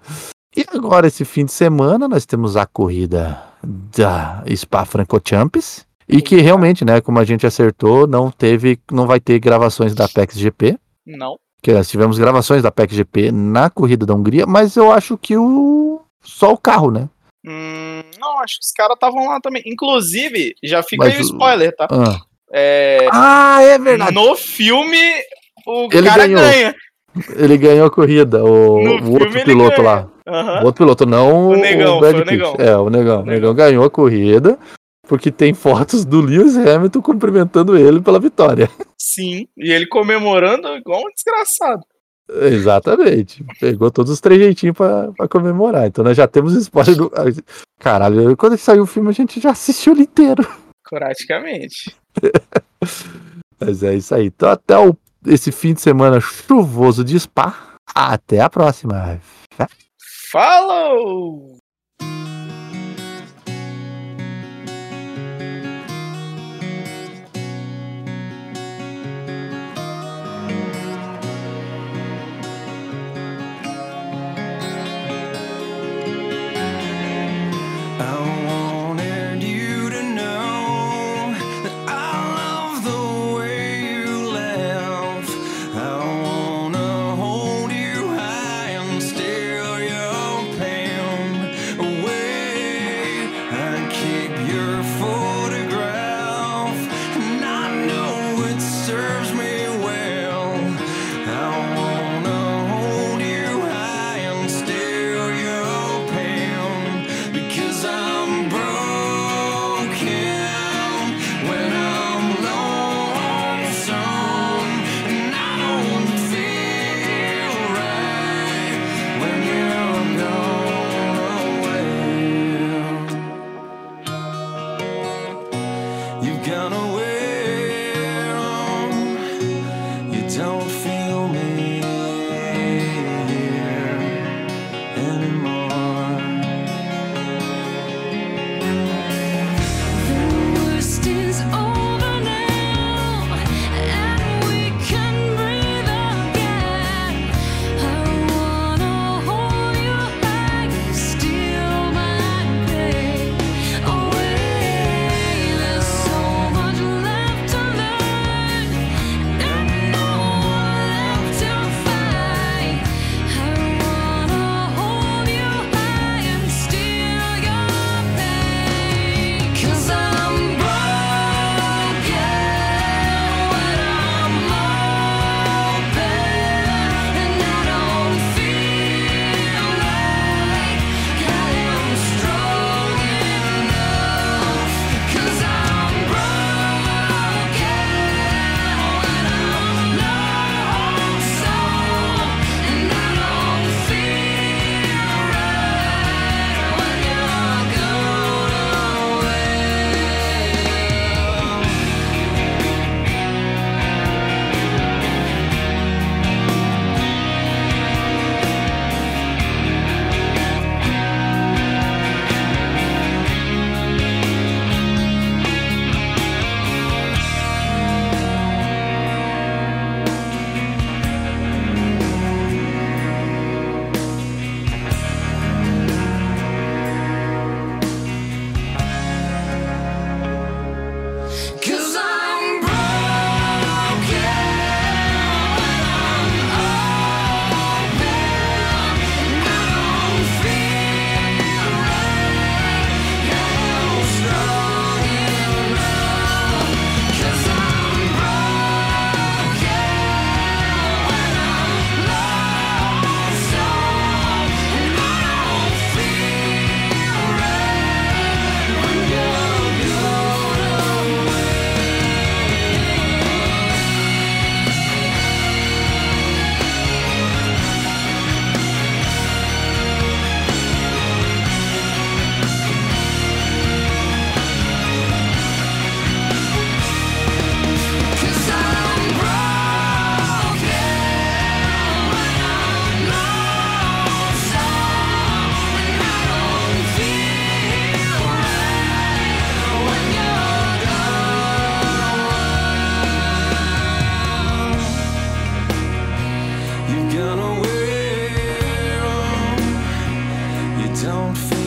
B: E agora, esse fim de semana, nós temos a corrida da Spa Francochamps. E que realmente, né, como a gente acertou, não teve, não vai ter gravações da PEX GP.
C: Não.
B: Que nós tivemos gravações da PEC GP na corrida da Hungria, mas eu acho que o só o carro, né?
C: Hum, não, acho que os caras estavam lá também. Inclusive, já fica
B: Mas
C: aí o
B: o-
C: spoiler, tá?
B: Ah,
C: É,
B: Ah, é verdade.
C: no filme, o
B: Ele
C: cara
B: ganhou.
C: ganha.
B: Ele ganhou a corrida, o,
C: No
B: o
C: filme
B: outro
C: ele
B: piloto
C: ganha.
B: lá.
C: Aham.
B: O outro piloto, não
C: O Negão,
B: Brad
C: foi o
B: Pitt.
C: Negão.
B: É, o Negão. O Negão ganhou a corrida, porque tem fotos do Lewis Hamilton cumprimentando ele pela vitória.
C: Sim. E ele comemorando igual um desgraçado.
B: Exatamente. Pegou todos os trejeitinhos pra, pra comemorar. Então nós já temos spoiler do. Caralho, quando saiu o filme a gente já assistiu ele inteiro.
C: Praticamente.
B: Mas é isso aí. Então até o- esse fim de semana chuvoso de spa. Até a próxima.
C: Falou!
D: I wanted you to know that I love the way you laugh. I wanna hold you high and steal your pain away. I keep your photograph, and I know it serves me well. I wanna hold you high and steal your pain because I'm broken when I'm lonesome and I don't feel right when you're gone away. You've gone away. You don't feel me anymore.
E: The worst is over now, and we can breathe again. I wanna hold you high, steal my pain away. There's so much
D: You're gonna wear 'em. You don't feel